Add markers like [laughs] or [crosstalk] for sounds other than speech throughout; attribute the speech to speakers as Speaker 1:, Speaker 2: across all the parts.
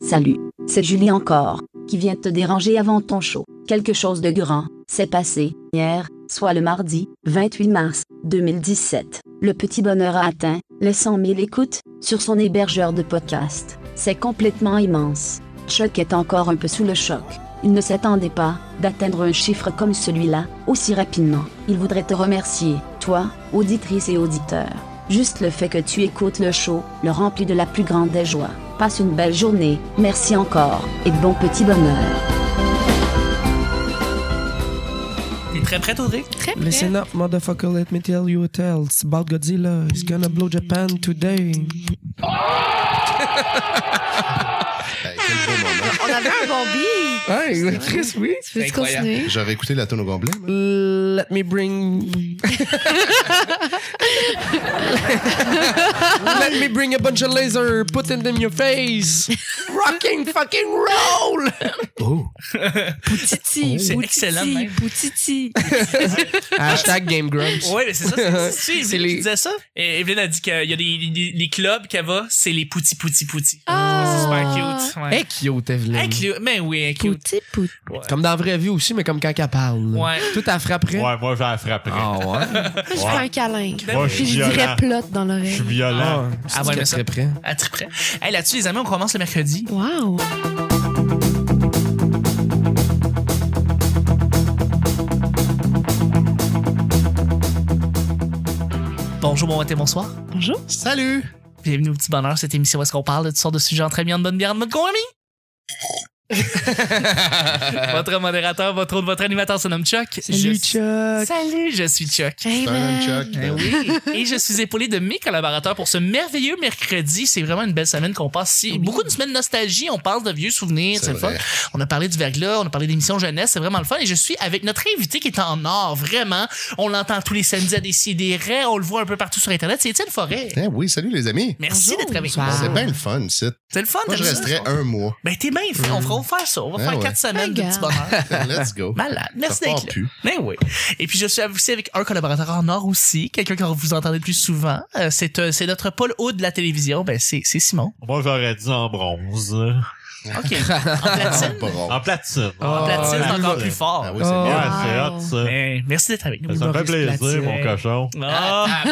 Speaker 1: Salut, c'est Julie encore, qui vient te déranger avant ton show. Quelque chose de grand s'est passé hier, soit le mardi 28 mars 2017. Le petit bonheur a atteint les 100 000 écoutes sur son hébergeur de podcast. C'est complètement immense. Chuck est encore un peu sous le choc. Il ne s'attendait pas d'atteindre un chiffre comme celui-là aussi rapidement. Il voudrait te remercier, toi, auditrice et auditeur. Juste le fait que tu écoutes le show le remplit de la plus grande des joies. Passe une belle journée, merci encore, et bon petit bonheur.
Speaker 2: T'es très prête, Audrey?
Speaker 3: Très près.
Speaker 4: Listen up, motherfucker, let me tell you a tale. It's about Godzilla. He's gonna blow Japan today.
Speaker 5: Hey, quel beau moment.
Speaker 3: On avait un bon beat.
Speaker 4: Hey, [laughs] Chris, oui.
Speaker 3: Tu veux
Speaker 2: Incroyable.
Speaker 3: continuer?
Speaker 5: J'aurais écouté la tonne au complet. moi.
Speaker 4: Let me bring. [laughs] Let me bring a bunch of laser, put it in your face. Rocking fucking roll!
Speaker 5: Oh,
Speaker 3: Poutiti,
Speaker 2: Oh, C'est
Speaker 3: poutiti,
Speaker 2: excellent, même.
Speaker 3: poutiti.
Speaker 4: Hashtag Game Grumps.
Speaker 2: Oui, mais c'est ça.
Speaker 4: [laughs]
Speaker 2: c'est- C'est
Speaker 4: C'est
Speaker 2: c'est-
Speaker 4: les-
Speaker 2: je disais ça. Et Evelyne a dit qu'il y a des, des- les clubs qu'elle va, c'est les poutis poutis poutis. C'est super
Speaker 3: Ah.
Speaker 2: cute. Ouais.
Speaker 4: Hey, cute, Evelyn.
Speaker 2: Hey, cute. Mais oui, elle est cute.
Speaker 3: Pouti, pouti.
Speaker 2: Ouais.
Speaker 4: Comme dans la vraie vie aussi, mais comme quand elle parle.
Speaker 2: Ouais.
Speaker 4: Tout à frapperait.
Speaker 6: Ouais, moi, j'en frapperai.
Speaker 4: Ah ouais?
Speaker 3: Moi, je fais un câlin.
Speaker 6: Moi, je suis
Speaker 3: Puis je dirais
Speaker 6: violent.
Speaker 3: plot dans
Speaker 6: Je suis
Speaker 3: l'oreille.
Speaker 4: Ah,
Speaker 6: violent.
Speaker 4: c'est
Speaker 2: Ah ouais, mais ça-
Speaker 4: très près.
Speaker 2: À très près. Hey, là-dessus, les amis, on commence le mercredi.
Speaker 3: Wow.
Speaker 2: Bonjour, bon matin, bonsoir.
Speaker 3: Bonjour.
Speaker 5: salut!
Speaker 2: Bienvenue au Petit Bonheur, cette émission où est-ce qu'on parle de toutes sortes de sujets entre amis, en bonne bière, en bonne
Speaker 4: [laughs]
Speaker 2: compagnie. votre modérateur, votre autre, votre animateur se nomme Chuck. Je-
Speaker 4: Chuck.
Speaker 2: Salut, je suis Chuck.
Speaker 3: Hey, man.
Speaker 5: Chuck. [laughs] ben
Speaker 2: Eh oui. [laughs] Et je suis épaulé de mes collaborateurs pour ce merveilleux mercredi. C'est vraiment une belle semaine qu'on passe. Si- Beaucoup de semaines de nostalgie, on parle de vieux souvenirs, c'est
Speaker 5: C'est
Speaker 2: le fun.
Speaker 5: vrai.
Speaker 2: On a parlé du verglas, on a parlé d'émissions jeunesse, c'est vraiment le fun. Et je suis avec notre invité qui est en or, vraiment. On l'entend tous les samedis à Décideret, on le voit un peu partout sur Internet. C'est Étienne Forêt.
Speaker 5: Eh oui, salut les amis.
Speaker 2: Merci
Speaker 3: Bonjour.
Speaker 2: d'être avec
Speaker 3: Bonsoir.
Speaker 2: nous.
Speaker 5: C'est bien le fun, c'est.
Speaker 2: C'est le fun,
Speaker 5: Moi, je
Speaker 2: Ah. t'aimes ça?
Speaker 5: resterais un mois. [laughs]
Speaker 2: Ben, t'es bien fait. On, fera- on va faire ça. On va
Speaker 5: Ah
Speaker 2: faire
Speaker 5: ouais.
Speaker 2: quatre semaines de petit
Speaker 3: Regarde.
Speaker 2: bonheur.
Speaker 5: Let's go.
Speaker 2: Malade. Merci
Speaker 5: Ça part
Speaker 2: d'être là.
Speaker 5: plus.
Speaker 2: Ben oui. Et puis, je suis aussi avec un collaborateur en or aussi, quelqu'un que vous entendez le plus souvent. Euh, c'est, euh, c'est notre Paul Hood de la télévision. Ben, c'est, c'est Simon.
Speaker 6: Moi, j'aurais dit en bronze.
Speaker 2: OK. en platine.
Speaker 5: Bon.
Speaker 6: En platine.
Speaker 4: Ah,
Speaker 2: En platine, c'est
Speaker 4: la
Speaker 2: encore
Speaker 4: cool.
Speaker 2: plus fort.
Speaker 5: Ah oui, c'est
Speaker 4: Oh.
Speaker 6: Ouais,
Speaker 5: bien.
Speaker 6: c'est
Speaker 3: Wow.
Speaker 6: hot, ça.
Speaker 2: Ben, merci d'être avec nous.
Speaker 6: Ça me fait
Speaker 4: Humoriste platine.
Speaker 6: plaisir, mon cochon.
Speaker 2: Ah.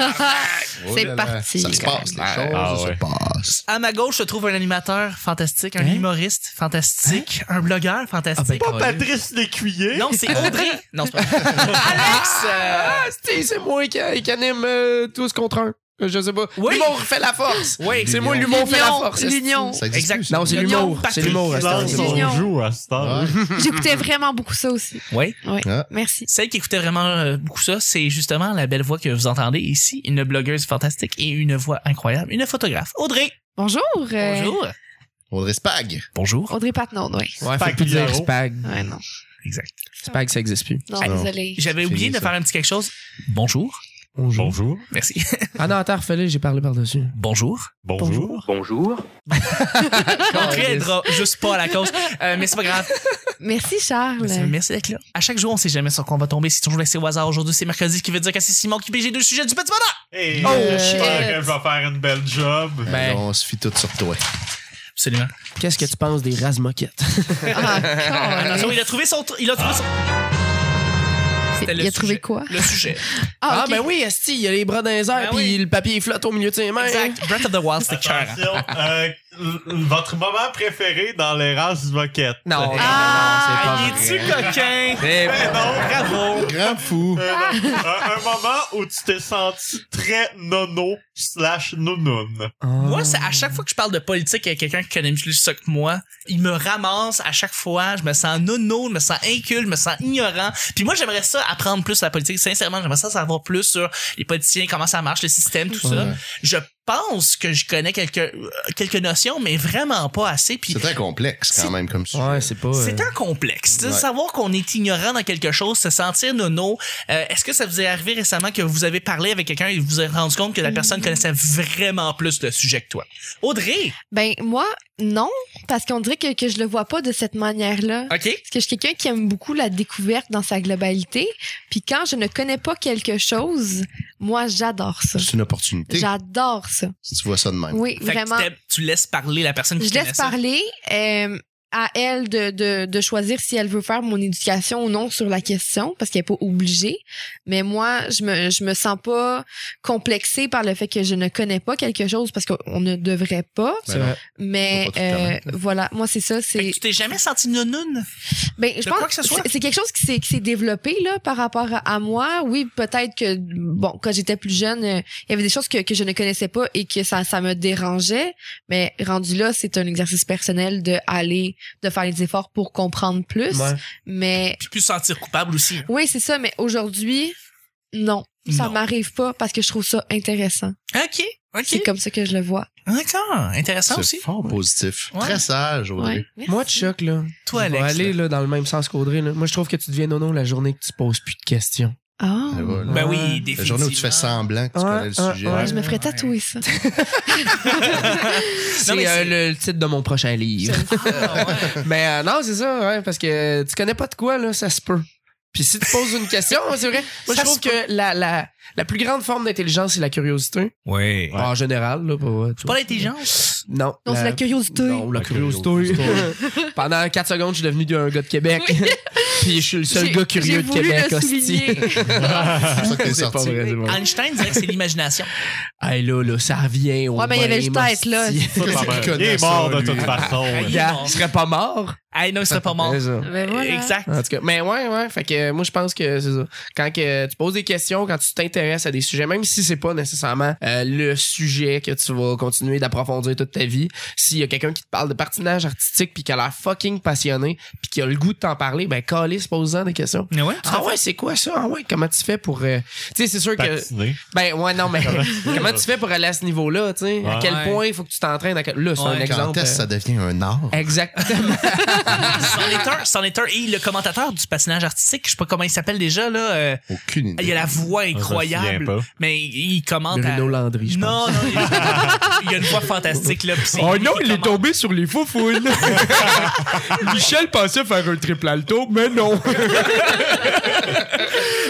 Speaker 5: Oh
Speaker 3: C'est
Speaker 5: là là.
Speaker 3: parti.
Speaker 5: Ça se passe, les choses
Speaker 6: Ah ouais.
Speaker 5: se passent.
Speaker 2: À ma gauche se trouve un animateur fantastique, un
Speaker 4: Hein?
Speaker 2: humoriste fantastique, un blogueur fantastique.
Speaker 4: Ah ben,
Speaker 6: Pas Patrice Lécuyer.
Speaker 2: non, c'est Audrey. non, c'est pas Alex! euh,
Speaker 4: Ah, c'est c'est moi qui, qui anime euh, tous contre un. Euh, Je sais pas.
Speaker 2: Oui.
Speaker 4: L'humour fait la force.
Speaker 2: Oui,
Speaker 4: C'est moi, l'humour fait la
Speaker 3: L'union,
Speaker 4: force.
Speaker 3: L'union.
Speaker 5: Ça existe
Speaker 2: Exact.
Speaker 5: plus, ça.
Speaker 4: Non, c'est
Speaker 2: L'union,
Speaker 4: l'humour.
Speaker 2: Patrick.
Speaker 4: C'est l'humour.
Speaker 6: Silence,
Speaker 4: c'est
Speaker 3: Silence.
Speaker 4: l'humour.
Speaker 6: on
Speaker 3: mignon.
Speaker 6: joue à cette heure.
Speaker 5: Ouais.
Speaker 3: [laughs] J'écoutais vraiment beaucoup ça aussi.
Speaker 2: Oui.
Speaker 3: Oui.
Speaker 5: Ah.
Speaker 3: Merci.
Speaker 2: Celle qui écoutait vraiment euh, beaucoup ça, c'est justement la belle voix que vous entendez ici, une blogueuse fantastique et une voix incroyable, une photographe. Audrey,
Speaker 3: Bonjour. euh,
Speaker 2: bonjour.
Speaker 5: Audrey Spag.
Speaker 2: Bonjour.
Speaker 3: Audrey Patnaud, oui.
Speaker 4: Ouais, faut
Speaker 6: Spag
Speaker 4: plus dire
Speaker 6: Pierrot.
Speaker 4: spag.
Speaker 3: Ouais, non.
Speaker 2: Exact.
Speaker 4: Spag, ça existe plus.
Speaker 3: Non,
Speaker 5: Ah non.
Speaker 3: désolé.
Speaker 2: J'avais
Speaker 5: Fini,
Speaker 2: oublié de
Speaker 5: ça.
Speaker 2: faire un petit quelque chose. Bonjour.
Speaker 4: Bonjour.
Speaker 6: Bonjour.
Speaker 2: Merci.
Speaker 4: Ah non, attends, refais-le, j'ai parlé par-dessus.
Speaker 2: [laughs] Bonjour.
Speaker 6: Bonjour.
Speaker 2: Audrey aidera juste pas à la cause, euh, mais c'est pas grave.
Speaker 3: Merci, Charles.
Speaker 2: Merci, merci d'être là. À chaque jour, on sait jamais sur quoi on va tomber. C'est toujours laissé au hasard. Aujourd'hui, c'est mercredi, ce qui veut dire que c'est Simon qui pige les deux sujets du petit bonheur.
Speaker 6: Et
Speaker 4: Oh,
Speaker 3: shit.
Speaker 6: j'espère que je vais faire une belle job.
Speaker 4: Ben.
Speaker 5: On se fie tout sur toi.
Speaker 2: Absolument.
Speaker 4: Qu'est-ce que tu penses des rasmoquettes?
Speaker 3: Ah, encore,
Speaker 2: Attention,
Speaker 3: oui.
Speaker 2: il a trouvé son, il a trouvé son, [laughs] c'était le
Speaker 3: Ah, Il a trouvé
Speaker 2: sujet.
Speaker 3: quoi?
Speaker 2: le sujet.
Speaker 3: Ah,
Speaker 4: Ah,
Speaker 3: ok.
Speaker 4: ben oui, Esti, il y a les bras dans les airs,
Speaker 2: Ben
Speaker 4: puis
Speaker 2: oui.
Speaker 4: le papier il flotte au milieu de ses mains.
Speaker 2: Exact. Breath of the Wild, c'était cœur. hein.
Speaker 6: Attention, euh, l- votre moment préféré dans les races moquettes.
Speaker 4: Non, non, non,
Speaker 2: Ah,
Speaker 4: non,
Speaker 2: il
Speaker 4: c'est
Speaker 2: est-tu coquin?
Speaker 4: pas vrai.
Speaker 6: Ben non, bravo.
Speaker 5: Grand fou.
Speaker 6: Euh, non. un, un moment où tu t'es senti très nono slash nounoun.
Speaker 2: Moi, c'est à chaque fois que je parle de politique avec quelqu'un qui connaît plus ça que moi, il me ramasse à chaque fois. Je me sens nono, je me sens incul, je me sens ignorant. Puis moi, j'aimerais ça apprendre plus la politique. Sincèrement, j'aimerais ça savoir plus sur les politiciens, comment ça marche, le système, tout ça.
Speaker 5: Ouais.
Speaker 2: Je pense que je connais quelques, euh, quelques notions, mais vraiment pas assez. Puis
Speaker 5: C'est très complexe
Speaker 2: C'est-
Speaker 5: quand même comme sujet.
Speaker 4: Ouais, c'est pas.
Speaker 2: c'est
Speaker 4: euh,
Speaker 2: un complexe. Tu sais,
Speaker 5: Ouais.
Speaker 2: Savoir qu'on est ignorant dans quelque chose, se sentir nono. Euh, Est-ce que ça vous est arrivé récemment que vous avez parlé avec quelqu'un et vous vous êtes rendu compte que
Speaker 5: Mm.
Speaker 2: la personne connaissait vraiment plus le sujet que toi? Audrey!
Speaker 3: Ben, moi, non, parce qu'on dirait que, que je le vois pas de cette manière-là.
Speaker 2: OK?
Speaker 3: Parce que je suis quelqu'un qui aime beaucoup la découverte dans sa globalité. Puis quand je ne connais pas quelque chose, moi, j'adore ça.
Speaker 5: C'est une opportunité.
Speaker 3: J'adore ça.
Speaker 5: Si tu vois ça de même.
Speaker 3: Oui,
Speaker 2: Fait que
Speaker 3: vraiment.
Speaker 2: tu t'aimes- tu laisses parler la personne qui
Speaker 3: Je laisse
Speaker 2: connaissait.
Speaker 3: parler euh, à elle de, de, de choisir si elle veut faire mon éducation ou non sur la question, parce qu'elle n'est pas obligée. Mais moi, je me, je me sens pas complexée par le fait que je ne connais pas quelque chose, parce qu'on ne devrait pas.
Speaker 5: Ben non.
Speaker 3: Mais
Speaker 5: Faut pas tout permettre, hein.
Speaker 3: euh, voilà, moi, c'est ça.
Speaker 2: Fait
Speaker 3: c'est
Speaker 2: que tu t'es jamais senti nounoune?
Speaker 3: ben, je
Speaker 2: De
Speaker 3: pense
Speaker 2: quoi que ce soit.
Speaker 3: c'est- c'est quelque chose qui s'est, qui s'est développé là par rapport à, à moi. Oui, peut-être que bon, quand j'étais plus jeune, euh, il y avait des choses que, que je ne connaissais pas et que ça, ça me dérangeait. Mais rendu là, c'est un exercice personnel de aller, de faire les efforts pour comprendre plus.
Speaker 4: Ouais.
Speaker 3: Mais
Speaker 2: Puis plus sentir coupable aussi. hein.
Speaker 3: oui, c'est ça. Mais aujourd'hui, non, ça
Speaker 2: Non.
Speaker 3: m'arrive pas parce que je trouve ça intéressant.
Speaker 2: OK. OK.
Speaker 3: C'est comme ça que je le vois.
Speaker 2: D'accord. Intéressant
Speaker 5: C'est
Speaker 2: aussi.
Speaker 5: fort positif.
Speaker 2: Ouais.
Speaker 5: Très sage, Audrey.
Speaker 3: Ouais.
Speaker 4: Moi, Chuck, là,
Speaker 2: Toi,
Speaker 4: je vais
Speaker 2: Alex.
Speaker 4: aller là, dans le même sens qu'Audrey. là. Moi, je trouve que tu deviens nono la journée que tu poses plus de questions.
Speaker 3: Ah.
Speaker 5: Elle va, là.
Speaker 2: Ben oui,
Speaker 4: Ouais.
Speaker 2: définitivement.
Speaker 5: La journée où tu fais semblant que tu
Speaker 4: Ouais,
Speaker 5: connais le
Speaker 4: ouais,
Speaker 5: sujet.
Speaker 4: ouais.
Speaker 3: Ouais, je me ferais tatouer ça.
Speaker 4: C'est
Speaker 2: mais
Speaker 4: euh,
Speaker 2: c'est-
Speaker 4: le titre de mon prochain [laughs] livre.
Speaker 2: [laughs] Ah, ouais.
Speaker 4: Mais euh, non, c'est ça, ouais, parce que tu connais pas de quoi, là, ça se peut. Puis si tu poses une question, [laughs] c'est vrai. Moi,
Speaker 2: Ça
Speaker 4: je trouve
Speaker 2: se peut.
Speaker 4: que la, la, la plus grande forme d'intelligence, c'est la curiosité.
Speaker 2: Ouais.
Speaker 4: En général, là, pour. euh, tu
Speaker 2: C'est
Speaker 4: vois.
Speaker 2: pas l'intelligence.
Speaker 4: Non. Euh,
Speaker 3: Non, c'est la curiosité.
Speaker 4: Non, la
Speaker 5: La
Speaker 4: curiosité. [laughs] Pendant 4 secondes, je suis devenu un gars de Québec. [laughs] Puis je suis le seul
Speaker 3: J'ai-
Speaker 4: gars curieux
Speaker 3: j'ai
Speaker 4: de
Speaker 3: voulu le
Speaker 4: Québec, hostie. [laughs]
Speaker 3: souligner.
Speaker 5: C'est pour ça que t'es
Speaker 4: C'est pas
Speaker 5: sorti.
Speaker 4: vrai, c'est pas vrai.
Speaker 2: Einstein dirait que c'est l'imagination.
Speaker 4: Hey, là, là, ça revient au
Speaker 3: Ah. Ouais, mais il y avait le
Speaker 4: même,
Speaker 3: tête, là.
Speaker 4: hostie. [laughs]
Speaker 6: Ça,
Speaker 5: Qu'est-ce
Speaker 6: ça
Speaker 5: qu'il
Speaker 6: va. Il
Speaker 5: connaît,
Speaker 6: est mort
Speaker 5: ça,
Speaker 6: de
Speaker 5: lui?
Speaker 6: toute façon.
Speaker 2: Ah,
Speaker 6: là.
Speaker 2: il est
Speaker 4: Gars,
Speaker 2: mort.
Speaker 4: il serait pas mort.
Speaker 2: Ah non, il serait pas mort.
Speaker 4: C'est ça.
Speaker 3: Ben voilà.
Speaker 2: Exact.
Speaker 5: Ah.
Speaker 4: En tout cas, mais ouais, ouais. Fait que euh, moi, je pense que c'est ça. Quand que tu poses des questions, quand tu t'intéresses à des sujets, même si c'est pas nécessairement euh, le sujet que tu vas continuer d'approfondir toute ta vie, s'il y a quelqu'un qui te parle de patinage artistique puis qui a l'air fucking passionné puis qui a le goût de t'en parler, ben, calisse, pose-en des questions.
Speaker 2: Mais ouais, tout à
Speaker 4: Ah
Speaker 2: fait.
Speaker 4: ouais, c'est quoi ça? Ah ouais, comment tu fais pour. euh, Tu sais, c'est sûr que.
Speaker 6: Patiné.
Speaker 4: Ben ouais, non, mais [laughs] comment tu fais pour aller à ce niveau-là, tu sais? À
Speaker 6: Ouais.
Speaker 4: quel
Speaker 2: Ouais.
Speaker 4: point il faut que tu t'entraînes? À quel- Là, c'est
Speaker 2: Ouais.
Speaker 4: un
Speaker 2: Quand
Speaker 4: exemple.
Speaker 5: Quand est-ce que ça devient un art?
Speaker 4: euh, Exactement.
Speaker 2: C'en est un, c'en est un. Et le commentateur du patinage artistique, je sais pas comment il s'appelle déjà, là, euh,
Speaker 5: Aucune idée.
Speaker 2: il a la voix
Speaker 6: Je me souviens
Speaker 2: incroyable,
Speaker 6: pas.
Speaker 2: mais il commente à-
Speaker 4: Bruno Landry, je pense.
Speaker 2: Non, non, il a, il a une voix fantastique, là. pis c'est
Speaker 6: Oh,
Speaker 4: Oh
Speaker 2: lui qui commente.
Speaker 4: tombé sur les foufounes. [laughs] Michel pensait faire un triple alto, mais non.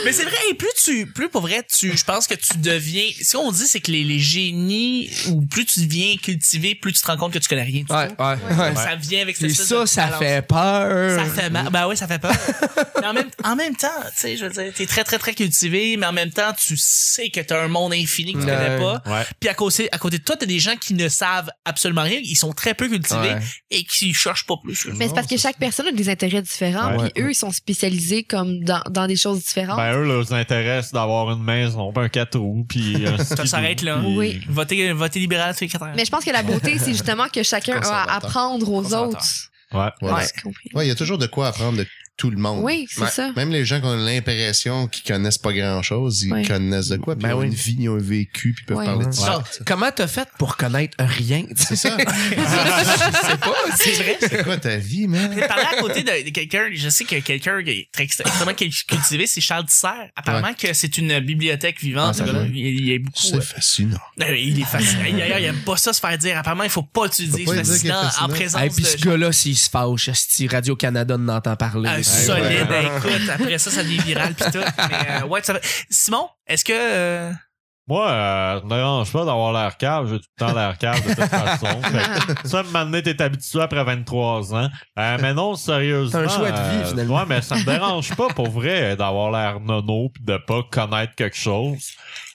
Speaker 2: Mais c'est vrai, et plus tu, plus pour vrai, tu, je pense que tu deviens, si on dit c'est que les, les génies, ou plus tu deviens cultivé, plus tu te rends compte que tu connais rien du
Speaker 4: Ouais, ouais,
Speaker 2: tout.
Speaker 4: ouais.
Speaker 2: Ça vient avec cette
Speaker 4: Et
Speaker 2: espèce
Speaker 4: ça,
Speaker 2: de
Speaker 4: ça
Speaker 2: balance.
Speaker 4: fait peur.
Speaker 2: Ça fait mal. Ben oui, ça fait peur. [laughs] mais en même, en même temps, tu sais, je veux dire, t'es très, très, très cultivé, mais en même temps, tu sais que t'as un monde infini que tu
Speaker 4: Ouais.
Speaker 2: connais pas.
Speaker 6: Ouais.
Speaker 2: Puis à côté, à côté de toi, t'as des gens qui ne savent absolument rien, ils sont très peu cultivés
Speaker 4: Ouais.
Speaker 2: et qui cherchent pas plus.
Speaker 3: Mais c'est parce que chaque personne a des intérêts différents,
Speaker 4: Ouais.
Speaker 3: puis eux, ils sont spécialisés comme dans, dans des choses différentes.
Speaker 6: Ben, eux, leurs intérêts, c'est d'avoir une maison, puis un 4 roues, puis euh,
Speaker 2: [laughs]
Speaker 6: un skidoo,
Speaker 2: s'arrête là.
Speaker 6: puis-
Speaker 3: Oui.
Speaker 2: Votez, votez libéral tous les quatre ans.
Speaker 3: Mais je pense que la beauté, c'est justement que chacun a à
Speaker 5: Conservateur.
Speaker 3: apprendre aux
Speaker 2: Conservateur.
Speaker 3: autres.
Speaker 6: Ouais.
Speaker 5: Ouais.
Speaker 3: Ouais, c'est compris.
Speaker 5: Ouais, il y a toujours de quoi apprendre de tout le monde.
Speaker 3: Oui, c'est
Speaker 5: Ouais.
Speaker 3: ça.
Speaker 5: Même les gens qui ont l'impression qu'ils connaissent pas grand chose, ils
Speaker 3: Ouais.
Speaker 5: connaissent de quoi. Puis
Speaker 4: Ben
Speaker 5: ils ont
Speaker 4: oui.
Speaker 5: une vie, ils ont un vécu, puis ils peuvent
Speaker 3: Ouais.
Speaker 5: parler de
Speaker 4: Ouais.
Speaker 5: ça.
Speaker 4: Comment t'as fait pour connaître rien? [laughs]
Speaker 5: C'est ça.
Speaker 4: C'est pas,
Speaker 2: Ah, C'est vrai.
Speaker 5: C'est quoi ta vie, man?
Speaker 2: J'ai parlé à côté de, de quelqu'un, je sais que quelqu'un qui est très, extrêmement cul- cultivé, c'est Charles Tissère. Apparemment que c'est une bibliothèque vivante.
Speaker 5: Ah, ça
Speaker 2: ce gars-là.
Speaker 5: joue.
Speaker 2: il, il est beaucoup.
Speaker 5: [laughs] C'est fascinant.
Speaker 2: euh, il est fascinant. D'ailleurs, il aime pas ça se faire dire. Apparemment, il faut pas utiliser
Speaker 5: Faut pas lui dire qu'il est
Speaker 2: fascinant en
Speaker 5: fascinant.
Speaker 2: présence
Speaker 4: Et puis ce
Speaker 2: de.
Speaker 4: gars-là, s'il se fâche, si Radio-Canada n'entend parler.
Speaker 2: Un solide, écoute, après ça, ça devient viral pis tout. Mais, euh, ouais, ça va. Simon, est-ce que, euh,
Speaker 6: Moi, euh, ça me dérange pas d'avoir l'air cave. J'ai tout le temps l'air cave de
Speaker 4: [laughs]
Speaker 6: toute façon. Fait que ça, me donné, t'es habitué après 23 ans. Euh, mais non, sérieusement.
Speaker 4: T'as un choix de vie,
Speaker 6: euh,
Speaker 4: finalement.
Speaker 6: Ouais, mais ça me dérange pas, pour vrai, euh, d'avoir l'air nono puis de pas connaître quelque chose.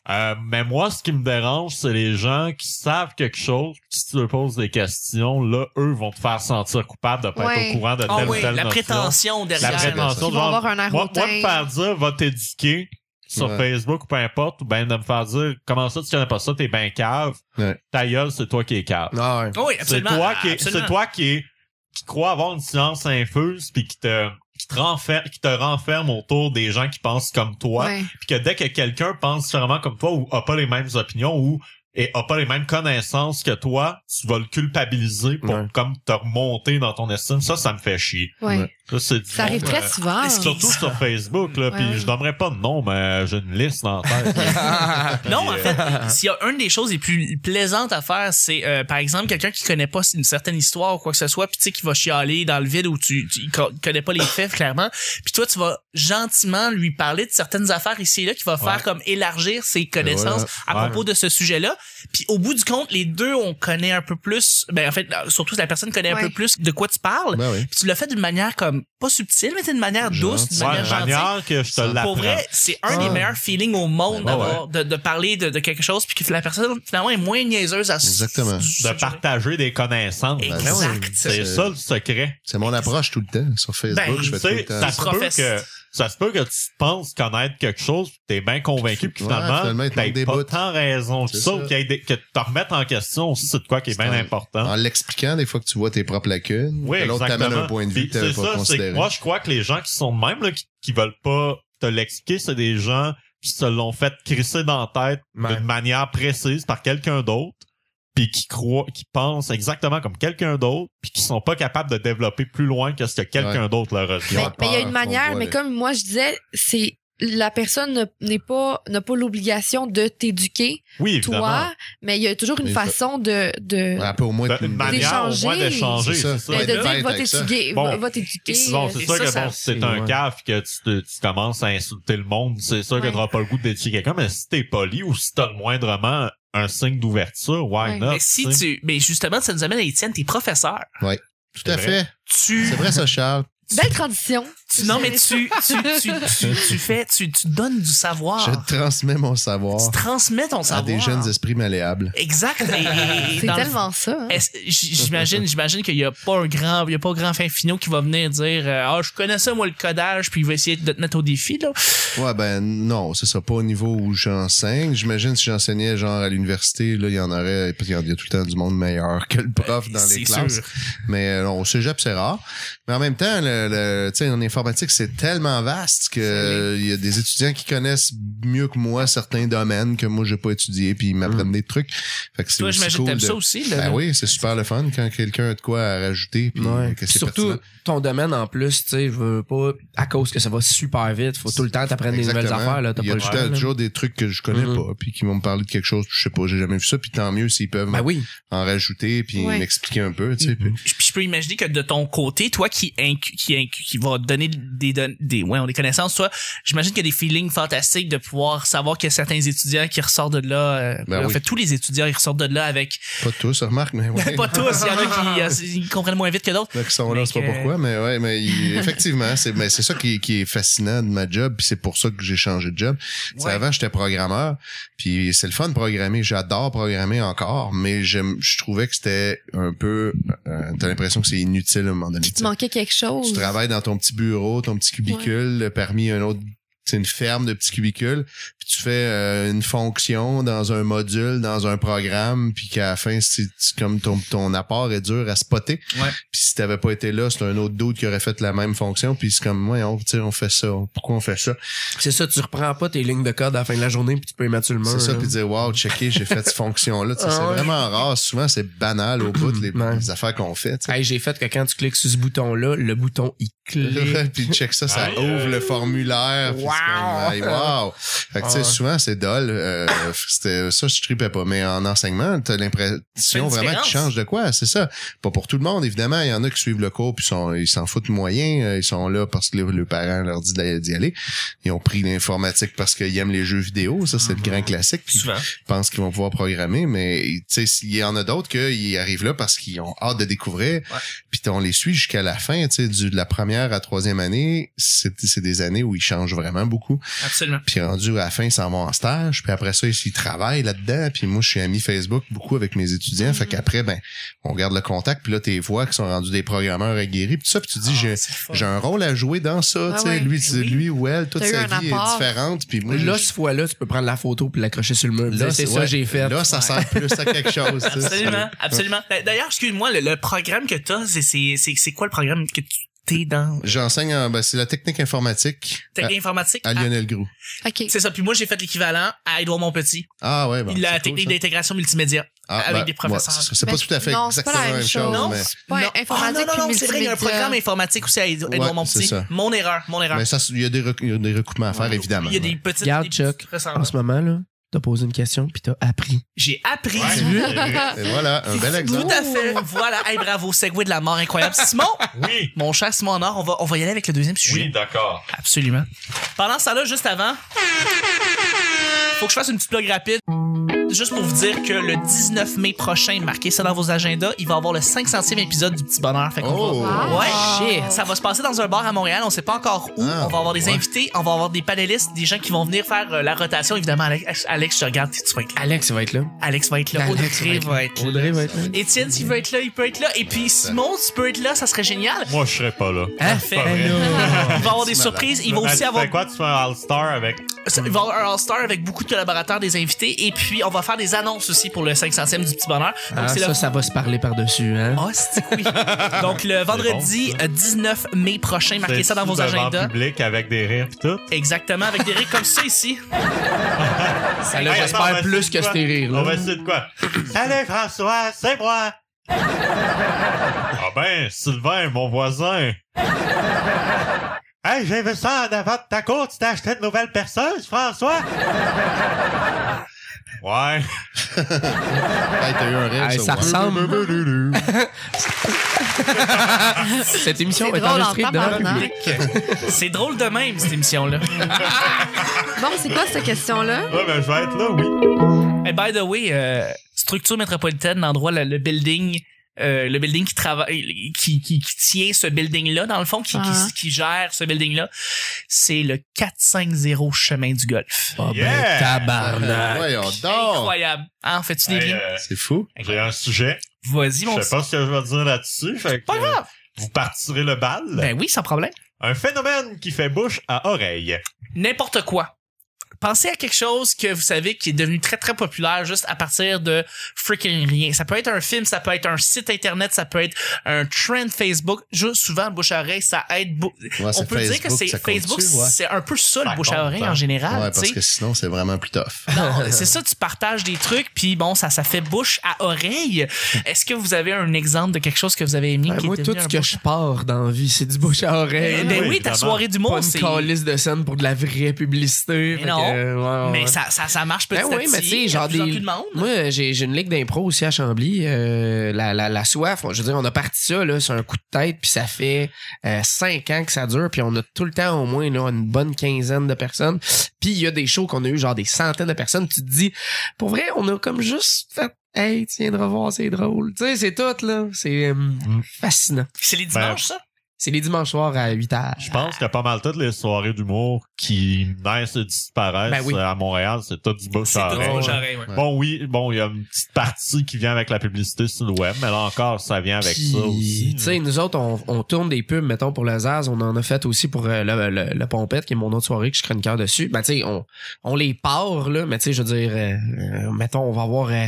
Speaker 6: Euh, mais moi, ce qui me dérange, c'est les gens qui savent quelque chose. puis Si tu leur poses des questions, là, eux vont te faire sentir coupable de pas
Speaker 3: Ouais.
Speaker 6: être au courant de telle
Speaker 2: oh
Speaker 6: ou
Speaker 2: oui,
Speaker 6: telle
Speaker 2: la
Speaker 6: notion.
Speaker 2: prétention derrière.
Speaker 6: La prétention
Speaker 3: Ils
Speaker 6: de
Speaker 3: vont
Speaker 6: genre,
Speaker 3: avoir un air
Speaker 6: moi, moi,
Speaker 3: hautain.
Speaker 6: me faire dire, va t'éduquer sur
Speaker 5: Ouais.
Speaker 6: Facebook ou peu importe, ou ben de me faire dire, comment ça, tu connais pas ça, t'es ben cave.
Speaker 5: Ouais.
Speaker 6: Ta gueule, c'est toi qui es cave.
Speaker 5: [laughs]
Speaker 4: Ouais.
Speaker 2: Oui,
Speaker 6: C'est
Speaker 2: absolument.
Speaker 6: toi, qui,
Speaker 2: absolument.
Speaker 6: c'est toi qui, est- qui crois avoir une science infuse puis qui te, qui te renferme, qui te renferme autour des gens qui pensent comme toi.
Speaker 3: Ouais.
Speaker 6: Puis que dès que quelqu'un pense différemment comme toi ou a pas les mêmes opinions ou et a pas les mêmes connaissances que toi, tu vas le culpabiliser pour
Speaker 4: Ouais.
Speaker 6: comme te remonter dans ton estime. Ça, ça me fait chier.
Speaker 3: Ouais.
Speaker 5: Ouais.
Speaker 6: Ça, c'est du
Speaker 3: Ça
Speaker 6: monde,
Speaker 3: arrive très
Speaker 6: euh,
Speaker 3: souvent.
Speaker 6: Surtout sur Facebook, là, puis
Speaker 3: Hein. Ouais.
Speaker 6: je donnerai pas de nom, mais j'ai une liste en tête.
Speaker 3: [laughs]
Speaker 4: Ah,
Speaker 5: [laughs]
Speaker 2: Non,
Speaker 6: Puis,
Speaker 2: en
Speaker 6: euh,
Speaker 2: fait,
Speaker 6: [laughs]
Speaker 2: s'il y a une des choses les plus plaisantes à faire, c'est euh, par exemple quelqu'un qui connaît pas une certaine histoire ou quoi que ce soit, puis tu sais qui va chialer dans le vide ou tu, tu il co- connais pas les
Speaker 6: [coughs]
Speaker 2: faits clairement, puis toi tu vas gentiment lui parler de certaines affaires ici et là qui va faire
Speaker 6: Ouais.
Speaker 2: comme élargir ses connaissances à
Speaker 6: Ouais.
Speaker 2: propos de ce sujet-là. Puis au bout du compte, les deux on connaît un peu plus, ben en fait surtout la personne connaît un
Speaker 3: Ouais.
Speaker 2: peu plus de quoi tu parles.
Speaker 5: Ben oui.
Speaker 2: Puis tu l'as fait d'une manière comme pas subtile, mais c'est une manière douce, d'une
Speaker 6: ouais,
Speaker 2: manière
Speaker 6: de
Speaker 2: gentille.
Speaker 6: manière que je te
Speaker 2: Pour
Speaker 6: l'apprends. Ah
Speaker 2: vrai, c'est un
Speaker 5: Ah.
Speaker 2: des meilleurs feelings au monde
Speaker 6: Ouais,
Speaker 2: d'avoir- de, de parler de, de quelque chose puis que la personne finalement est moins niaiseuse à s-
Speaker 5: Exactement.
Speaker 2: s-
Speaker 6: De partager des connaissances.
Speaker 2: Exact.
Speaker 6: Ben oui,
Speaker 5: C'est-
Speaker 6: C'est ça le secret.
Speaker 5: C'est mon approche tout le temps sur Facebook.
Speaker 2: Ben,
Speaker 5: je
Speaker 6: Tu
Speaker 5: fais tout le
Speaker 6: sais,
Speaker 5: temps.
Speaker 6: ça se peut
Speaker 2: Professe.
Speaker 6: que ça se peut que tu penses connaître quelque chose, puis t'es bien convaincu, puis
Speaker 5: Ouais,
Speaker 6: finalement,
Speaker 5: finalement, il te manque
Speaker 6: t'as
Speaker 5: des
Speaker 6: pas
Speaker 5: bouts.
Speaker 6: tant raison que
Speaker 5: C'est
Speaker 6: ça,
Speaker 5: ça.
Speaker 6: ou qu'il y ait des- que tu te remettes en question aussi, c'est de quoi qui est bien
Speaker 5: un-
Speaker 6: important.
Speaker 5: En l'expliquant, des fois que tu vois tes propres lacunes,
Speaker 6: Oui,
Speaker 5: que l'autre t'amène
Speaker 6: exactement.
Speaker 5: un point de
Speaker 6: Puis
Speaker 5: vue que tu
Speaker 6: c'est
Speaker 5: pas
Speaker 6: ça, c'est que
Speaker 5: considéré.
Speaker 6: moi, je crois que les gens qui sont de même, là, qui, qui veulent pas te l'expliquer, c'est des gens qui se l'ont fait crisser dans la tête
Speaker 4: Ouais.
Speaker 6: d'une manière précise par quelqu'un d'autre, puis qui croient, qui pensent exactement comme quelqu'un d'autre, puis qui sont pas capables de développer plus loin que ce que quelqu'un d'autre leur a dit.
Speaker 5: Ils
Speaker 3: Mais
Speaker 5: ont
Speaker 3: mais il y a
Speaker 5: peur
Speaker 3: une
Speaker 5: qu'on
Speaker 3: manière,
Speaker 5: voit
Speaker 3: mais
Speaker 5: le-
Speaker 3: comme moi je disais, c'est la personne ne- n'est pas n'a pas l'obligation de t'éduquer
Speaker 6: Oui, évidemment.
Speaker 3: toi, mais il y a toujours une
Speaker 5: Mais ça-
Speaker 3: façon de de,
Speaker 5: Ouais, Un peu au moins.
Speaker 6: Ben,
Speaker 5: tu
Speaker 6: une
Speaker 5: me-
Speaker 6: manière au moins
Speaker 3: d'échanger.
Speaker 6: d'échanger,
Speaker 5: C'est
Speaker 6: c'est
Speaker 5: ça.
Speaker 6: ça.
Speaker 3: mais
Speaker 2: Ouais,
Speaker 3: de
Speaker 2: là,
Speaker 3: dire va
Speaker 5: avec ça.
Speaker 3: t'éduquer,
Speaker 6: Bon.
Speaker 3: va- va t'éduquer.
Speaker 6: Sinon, c'est
Speaker 2: Et
Speaker 6: sûr
Speaker 2: ça,
Speaker 6: que
Speaker 2: ça-
Speaker 6: bon, si c'est un
Speaker 4: ouais.
Speaker 6: caf que tu, te- tu commences à insulter le monde, c'est sûr que
Speaker 3: Ouais.
Speaker 6: t'auras pas le goût d'étudier quelqu'un, mais si t'es poli ou si t'as le moindrement un signe d'ouverture, why
Speaker 3: Ouais.
Speaker 6: not?
Speaker 2: mais si
Speaker 6: Ah, tu sais?
Speaker 2: tu mais justement ça nous amène à Étienne, t'es professeur.
Speaker 5: Tout à
Speaker 6: C'est
Speaker 5: fait.
Speaker 2: Tu,
Speaker 5: C'est vrai, ça, Charles.
Speaker 3: Belle transition.
Speaker 2: tu- non mais tu tu, tu, tu tu fais tu, tu donnes du savoir.
Speaker 5: Je transmets mon savoir
Speaker 2: Tu transmets ton
Speaker 5: à
Speaker 2: Ah. savoir.
Speaker 5: des jeunes esprits malléables.
Speaker 2: Exact. et- et- et
Speaker 3: C'est
Speaker 2: dans le-
Speaker 3: tellement ça. hein.
Speaker 2: Est-ce- j- J'imagine, j'imagine qu'il y a pas un grand, il y a pas grand fin finot qui va venir dire, euh, ah, je connais ça, moi, le codage, puis il va essayer de te mettre au défi, là.
Speaker 5: Ouais, ben non, c'est ça, pas au niveau où j'enseigne. J'imagine si j'enseignais genre à l'université, là, il y en aurait, il y en- il y a tout le temps du monde meilleur que le prof
Speaker 2: Ben,
Speaker 5: dans les
Speaker 2: C'est
Speaker 5: classes.
Speaker 2: sûr.
Speaker 5: Mais euh, non, au cégep, c'est rare. Mais en même temps, le, le- tu sais, en informatique, c'est tellement vaste que euh, il y a des étudiants qui connaissent mieux que moi certains domaines que moi, j'ai pas étudié, puis ils m'apprennent des trucs. Fait que c'est
Speaker 2: Mm. Toi,
Speaker 5: aussi
Speaker 2: j'imagine
Speaker 5: cool
Speaker 2: que t'aimes
Speaker 5: de-
Speaker 2: ça aussi, hein? là.
Speaker 5: Ben oui, c'est super le fun quand quelqu'un a de quoi à rajouter, puis
Speaker 4: Ouais.
Speaker 5: que
Speaker 4: Puis
Speaker 5: c'est
Speaker 4: Surtout
Speaker 5: pertinent.
Speaker 4: ton domaine en plus, tu sais, je veux pas à cause que ça va super vite, faut tout le temps t'apprendre des nouvelles
Speaker 5: Exactement.
Speaker 4: affaires là, t'as
Speaker 5: Il y
Speaker 4: pas
Speaker 5: a
Speaker 4: le
Speaker 5: tout
Speaker 4: choix.
Speaker 5: le temps
Speaker 4: là.
Speaker 5: toujours des trucs que je connais
Speaker 4: Mhm.
Speaker 5: pas, puis qui vont me parler de quelque chose, je sais pas, j'ai jamais vu ça, puis tant mieux s'ils peuvent
Speaker 4: Ben oui.
Speaker 5: en rajouter, puis
Speaker 3: Ouais.
Speaker 5: m'expliquer un peu, tu sais. puis-
Speaker 2: Puis je peux imaginer que de ton côté, toi qui incu- qui incu- qui va donner des don- des ouais, on des connaissances, toi, j'imagine qu'il y a des feelings fantastiques de pouvoir savoir qu'il y a certains étudiants qui ressortent de là. euh,
Speaker 5: Ben
Speaker 2: en
Speaker 5: oui.
Speaker 2: fait, tous les étudiants ils ressortent de là
Speaker 5: [laughs]
Speaker 2: avec.
Speaker 5: Pas tous, remarque,
Speaker 4: [laughs]
Speaker 5: mais ouais.
Speaker 2: pas tous, il y en a
Speaker 5: [laughs]
Speaker 2: qui euh, ils comprennent moins vite que d'autres.
Speaker 5: Là, qui sont
Speaker 2: Mais
Speaker 5: là, je sais pas
Speaker 2: que-
Speaker 5: pourquoi, mais ouais, mais il- [laughs] effectivement, c'est mais c'est ça qui, qui est fascinant de ma job, puis c'est pour ça que j'ai changé de job. Tu sais,
Speaker 2: Ouais.
Speaker 5: avant, j'étais programmeur, puis c'est le fun de programmer, j'adore programmer encore, mais j'aime, je trouvais que c'était un peu, euh, t'as l'impression que c'est inutile à un moment donné.
Speaker 3: Il
Speaker 5: tu
Speaker 3: te
Speaker 5: sais.
Speaker 3: manquait quelque chose.
Speaker 5: Tu travailles dans ton petit bureau, ton petit cubicule, parmi un autre, c'est une ferme de petits cubicules, puis tu fais euh, une fonction dans un module, dans un programme, puis qu'à la fin, c'est c'est comme ton, ton apport est dur à spotter.
Speaker 2: Ouais.
Speaker 5: Puis si t'avais pas été là, c'est un autre doute qui aurait fait la même fonction, puis c'est comme, ouais, on, tu sais, on fait ça, on- pourquoi on fait ça?
Speaker 4: C'est ça, tu reprends pas tes lignes de code à la fin de la journée puis tu peux les mettre sur le mur.
Speaker 5: C'est ça,
Speaker 4: là.
Speaker 5: puis dire, wow, checker,
Speaker 4: [laughs]
Speaker 5: j'ai fait cette fonction-là. Tu sais,
Speaker 4: hein. Ah
Speaker 5: c'est
Speaker 4: ouais.
Speaker 5: vraiment rare. Souvent, c'est banal au bout, les,
Speaker 4: [clears throat] Ouais.
Speaker 5: les affaires qu'on fait. tu sais.
Speaker 4: Hey, j'ai fait que quand tu cliques sur ce bouton-là, le bouton il
Speaker 5: [laughs]
Speaker 4: clique.
Speaker 5: puis check ça, ça
Speaker 6: Aïe,
Speaker 5: ouvre
Speaker 6: aïe.
Speaker 5: le formulaire. puis c'est comme, aïe, wow. Fait que, tu sais,
Speaker 4: Ouais.
Speaker 5: souvent, c'est dol. euh, c'était- ça, je tripais pas. Mais en enseignement, t'as
Speaker 2: fais une
Speaker 5: l'impression vraiment
Speaker 2: différence.
Speaker 5: qu'ils changent de quoi, c'est ça. Pas pour tout le monde, évidemment. Il y en a qui suivent le cours, puis sont, ils s'en foutent moyen. euh, Ils sont là parce que le, le parent leur dit d'aller- d'y aller. Ils ont pris l'informatique parce qu'ils aiment les jeux vidéo. Ça, c'est le
Speaker 2: Ah,
Speaker 5: grand classique. Puis
Speaker 2: Souvent.
Speaker 5: pensent qu'ils vont pouvoir programmer, mais tu sais, s'il y en a d'autres qui arrivent là parce qu'ils ont hâte de découvrir, puis on les suit jusqu'à la fin, tu sais, du- de la première à troisième année, c'est c'est des années où ils changent vraiment beaucoup,
Speaker 2: Absolument.
Speaker 5: puis rendus à la fin, ils s'en vont en stage, puis après ça, ils, ils travaillent là-dedans, puis moi, je suis ami Facebook beaucoup avec mes étudiants,
Speaker 3: Mhm.
Speaker 5: fait qu'après, ben, on garde le contact, puis là, tes voix qui sont rendus des programmeurs aguerris, puis tout ça, puis tu dis,
Speaker 2: Ah,
Speaker 5: j'ai... J'ai un rôle à jouer dans ça,
Speaker 3: Ah
Speaker 5: tu sais,
Speaker 3: ouais.
Speaker 5: lui, tu-
Speaker 2: Oui.
Speaker 5: lui ou elle, toute
Speaker 3: T'as eu
Speaker 5: sa
Speaker 3: un
Speaker 5: vie
Speaker 3: apport.
Speaker 5: est différente, puis moi,
Speaker 4: Là,
Speaker 5: je-
Speaker 4: ce fois-là, tu peux prendre la photo puis l'accrocher sur le mur. Là, c'est ça
Speaker 5: ouais,
Speaker 4: j'ai fait.
Speaker 5: Là, ça sert plus à quelque chose. tu sais.
Speaker 2: Absolument, absolument. D'ailleurs, excuse-moi, le, le programme que t'as, c'est- c'est c'est c'est quoi le programme que tu t'es dans?
Speaker 5: J'enseigne, en- ben, c'est la technique informatique
Speaker 2: T'es
Speaker 5: à,
Speaker 2: informatique? Ah,
Speaker 5: à Lionel Groux.
Speaker 3: OK.
Speaker 2: C'est ça. Puis moi, j'ai fait l'équivalent à Edouard Montpetit.
Speaker 5: Ah ouais, bon,
Speaker 2: la
Speaker 5: c'est cool,
Speaker 2: technique
Speaker 5: ça.
Speaker 2: d'intégration multimédia.
Speaker 5: Ah,
Speaker 2: Avec des professeurs.
Speaker 5: ouais, c'est- c'est pas
Speaker 3: Ben,
Speaker 5: tout à fait
Speaker 3: non, c'est pas
Speaker 5: exactement
Speaker 3: la
Speaker 5: la même chose,
Speaker 2: chose.
Speaker 5: mais,
Speaker 3: C'est pas informatique
Speaker 2: Ah, non, non, non,
Speaker 3: puis
Speaker 2: c'est vrai, il y a un
Speaker 3: multimédia.
Speaker 2: programme informatique aussi à Édouard
Speaker 5: Ouais, c'est
Speaker 2: Montpetit.
Speaker 5: ça.
Speaker 2: Mon erreur, mon erreur.
Speaker 5: mais ça, il y a des, rec- il y a des recoupements à faire, évidemment.
Speaker 2: Il y a des petites,
Speaker 4: Regarde,
Speaker 2: des petites
Speaker 4: Chuck, En
Speaker 2: ressemblances.
Speaker 4: ce moment, là, t'as posé une question puis t'as appris.
Speaker 2: J'ai appris.
Speaker 6: Ouais.
Speaker 2: du-
Speaker 5: Et voilà, un bel
Speaker 2: Tout
Speaker 5: exemple.
Speaker 2: à fait. Voilà. Hey, bravo. Segway de la mort incroyable. Simon,
Speaker 6: Oui.
Speaker 2: mon cher Simon Honor, on va, on va y aller avec le deuxième sujet.
Speaker 6: Oui, d'accord.
Speaker 2: Absolument. Pendant ça là, juste avant, faut que je fasse une petite plug rapide. Juste pour vous dire que le 19 mai prochain, marquez ça dans vos agendas, il va y avoir le 500e épisode du Petit Bonheur. Fait qu'on
Speaker 5: Oh.
Speaker 2: va-
Speaker 3: Wow.
Speaker 2: Ouais, shit. Ça va se passer dans un bar à Montréal, on sait pas encore où.
Speaker 5: Ah,
Speaker 2: on va avoir des
Speaker 5: ouais.
Speaker 2: invités, on va avoir des panélistes, des gens qui vont venir faire euh, la rotation. Évidemment, Alex, Alex, je te regarde, tu vas être là.
Speaker 4: Alex va être là.
Speaker 2: Alex va être là.
Speaker 4: Alex
Speaker 2: Audrey va être là.
Speaker 4: Audrey va être là.
Speaker 2: Étienne, s'il veut être là, il peut être là. Et puis Simon, tu peux être là, ça serait génial.
Speaker 6: Moi, je serais pas là.
Speaker 2: Parfait.
Speaker 6: pas vrai.
Speaker 5: [laughs]
Speaker 2: Il va avoir des
Speaker 5: Malade.
Speaker 2: surprises. Il va
Speaker 6: Mais
Speaker 2: aussi
Speaker 6: tu
Speaker 2: avoir
Speaker 6: fais quoi? Tu fais un All-Star avec.
Speaker 2: ça, Il va y avoir un All-Star avec beaucoup de collaborateurs, des invités. Et puis, on va faire des annonces aussi pour le 500e du Petit Bonheur. Donc,
Speaker 4: Ah,
Speaker 2: c'est
Speaker 4: ça,
Speaker 2: le...
Speaker 4: ça va se parler par-dessus, hein?
Speaker 2: [laughs] Ah, c'est oui. Donc, le vendredi
Speaker 6: bon, ça.
Speaker 2: euh, 19 mai prochain, marquez ça dans vos
Speaker 6: C'est-tu devant
Speaker 2: agendas.
Speaker 6: public avec des rires pis tout.
Speaker 2: Exactement, avec des rires comme ça ici.
Speaker 4: Ah, là,
Speaker 6: Hey, attends, on
Speaker 4: j'espère
Speaker 6: va
Speaker 4: plus
Speaker 6: essayer
Speaker 4: que
Speaker 6: de quoi?
Speaker 4: c'était rire,
Speaker 6: On
Speaker 4: là.
Speaker 6: va essayer de [clears throat] quoi? Salut François, c'est moi! ah ben, Sylvain, mon voisin! hey, j'ai vu ça en avant de ta cour, tu t'as acheté une nouvelle perceuse, François? ouais.
Speaker 5: Hey, t'as eu un rêve,
Speaker 4: Hey, ça ressemble. Cette émission
Speaker 3: C'est
Speaker 4: est,
Speaker 3: drôle,
Speaker 4: enregistrée
Speaker 3: en
Speaker 4: devant le
Speaker 3: tabarnak.
Speaker 4: public.
Speaker 2: c'est drôle de même, cette émission-là.
Speaker 3: Bon, c'est quoi cette question-là?
Speaker 6: Ouais, ben je vais être là, oui.
Speaker 2: Et by the way, euh, structure métropolitaine, l'endroit, le, le building, euh, le building qui travaille, qui, qui, qui tient ce building-là, dans le fond, qui,
Speaker 3: Ah.
Speaker 2: qui, qui gère ce building-là, c'est le 450 chemin du golf.
Speaker 4: Oh, ben,
Speaker 6: Yeah!
Speaker 4: tabarnak.
Speaker 5: [laughs] Voyons donc.
Speaker 2: Incroyable. Hein, fais-tu des
Speaker 6: Hey,
Speaker 2: liens?
Speaker 6: euh,
Speaker 5: C'est fou.
Speaker 6: j'ai un sujet.
Speaker 2: Vas-y, mon
Speaker 6: Je
Speaker 2: petit.
Speaker 6: sais pas ce que je vais dire là-dessus. Fait que,
Speaker 2: Pas grave.
Speaker 6: Vous partirez le bal.
Speaker 2: Ben oui, sans problème.
Speaker 6: Un phénomène qui fait bouche à oreille.
Speaker 2: N'importe quoi. Pensez à quelque chose que vous savez qui est devenu très très populaire juste à partir de freaking rien. Ça peut être un film, ça peut être un site internet, ça peut être un trend Facebook. Juste souvent, bouche à oreille, ça aide. beau-
Speaker 5: Ouais,
Speaker 2: On
Speaker 5: c'est
Speaker 2: peut dire que
Speaker 5: Facebook,
Speaker 2: c'est
Speaker 5: ça compte-tu,
Speaker 2: Facebook,
Speaker 5: ouais?
Speaker 2: c'est un peu ça le
Speaker 6: Ça
Speaker 2: bouche à
Speaker 6: compte,
Speaker 2: oreille
Speaker 6: hein.
Speaker 2: en général.
Speaker 5: Ouais,
Speaker 2: tu
Speaker 5: parce
Speaker 2: sais.
Speaker 5: que sinon, c'est vraiment plus tough.
Speaker 2: Non, c'est ça, tu partages des trucs, puis bon, ça, ça fait bouche à oreille.
Speaker 5: [laughs]
Speaker 2: Est-ce que vous avez un exemple de quelque chose que vous avez aimé?
Speaker 5: Ben,
Speaker 4: Ouais,
Speaker 2: qui est
Speaker 4: Moi, tout
Speaker 2: devenu
Speaker 4: ce
Speaker 2: un
Speaker 4: que
Speaker 2: bouche-
Speaker 4: je pars dans la vie, c'est du bouche à
Speaker 2: Eh
Speaker 4: oreille.
Speaker 2: Ben oui,
Speaker 6: Oui,
Speaker 2: ta
Speaker 6: évidemment.
Speaker 2: soirée
Speaker 4: Pas
Speaker 2: d'humour,
Speaker 4: une
Speaker 2: c'est.
Speaker 4: calice de scène pour de la vraie
Speaker 2: Mais
Speaker 4: publicité. fait que,
Speaker 2: non,
Speaker 4: ouais, ouais,
Speaker 2: Mais
Speaker 4: ouais.
Speaker 2: ça, ça, ça marche petit
Speaker 4: Ben
Speaker 2: à
Speaker 4: oui,
Speaker 2: petit.
Speaker 4: mais tu sais,
Speaker 2: il y a
Speaker 4: genre
Speaker 2: de plus en
Speaker 4: des-
Speaker 2: plus de monde.
Speaker 4: Moi, euh, j'ai j'ai une ligue d'impro aussi à Chambly. euh, la, la, la soif, je veux dire, on a parti ça là, sur un coup de tête, puis ça fait euh, cinq ans que ça dure, puis on a tout le temps au moins là, une bonne quinzaine de personnes. Puis il y a des shows qu'on a eu genre des centaines de personnes. Tu te dis, pour vrai, on a comme juste fait, hey, tu viendras voir, c'est drôle. Tu sais, c'est tout, là. C'est euh, fascinant.
Speaker 2: C'est les
Speaker 6: Ben,
Speaker 2: dimanches, ça?
Speaker 4: C'est les dimanches soirs à 8 h.
Speaker 6: Je pense que pas mal toutes les soirées d'humour qui naissent et disparaissent
Speaker 4: Ben oui.
Speaker 6: euh, à Montréal, c'est tout du bouche
Speaker 2: C'est
Speaker 6: à
Speaker 2: tout
Speaker 6: oreille.
Speaker 2: bouche à oreille, ouais.
Speaker 5: Ouais.
Speaker 6: Bon, oui, bon, il y a une petite partie qui vient avec la publicité sur le web, mais là encore, ça vient avec
Speaker 4: Puis,
Speaker 6: ça aussi.
Speaker 4: Tu sais, nous autres, on, on tourne des pubs, mettons, pour le Zaz. On en a fait aussi pour euh, le, le- le Pompette, qui est mon autre soirée que je chroniqueur dessus. Ben, tu sais, on, on les part, là. Mais tu sais, je veux dire, euh, euh, mettons, on va avoir euh,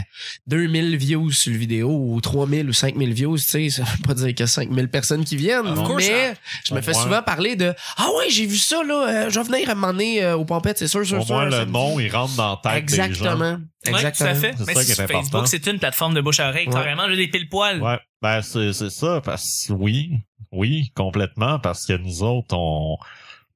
Speaker 4: 2000 views sur le vidéo ou 3000 ou 5000 views. Tu sais, ça veut pas dire qu'il y a 5000 personnes qui viennent.
Speaker 6: Of
Speaker 2: course,
Speaker 4: mais
Speaker 2: hein.
Speaker 4: je me
Speaker 6: Au
Speaker 4: fais
Speaker 6: moins.
Speaker 4: souvent parler de Ah ouais, j'ai vu ça, là. euh, je vais venir à m'emmener euh, au Pompette, c'est sûr, sûr,
Speaker 6: Au
Speaker 4: sûr.
Speaker 6: moins, le
Speaker 4: samedi.
Speaker 6: nom, il rentre dans la tête des
Speaker 2: Ouais,
Speaker 4: Exactement. Exactement.
Speaker 2: tout à fait.
Speaker 6: C'est
Speaker 2: Mais
Speaker 6: ça
Speaker 2: c'est
Speaker 6: qui est
Speaker 2: Facebook,
Speaker 6: important.
Speaker 2: c'est une plateforme de bouche à oreille.
Speaker 4: Ouais.
Speaker 2: Carrément, j'ai des pile poils.
Speaker 6: gens. Ouais. Ben, c'est, c'est ça, parce que oui, oui, complètement, parce que nous autres, on,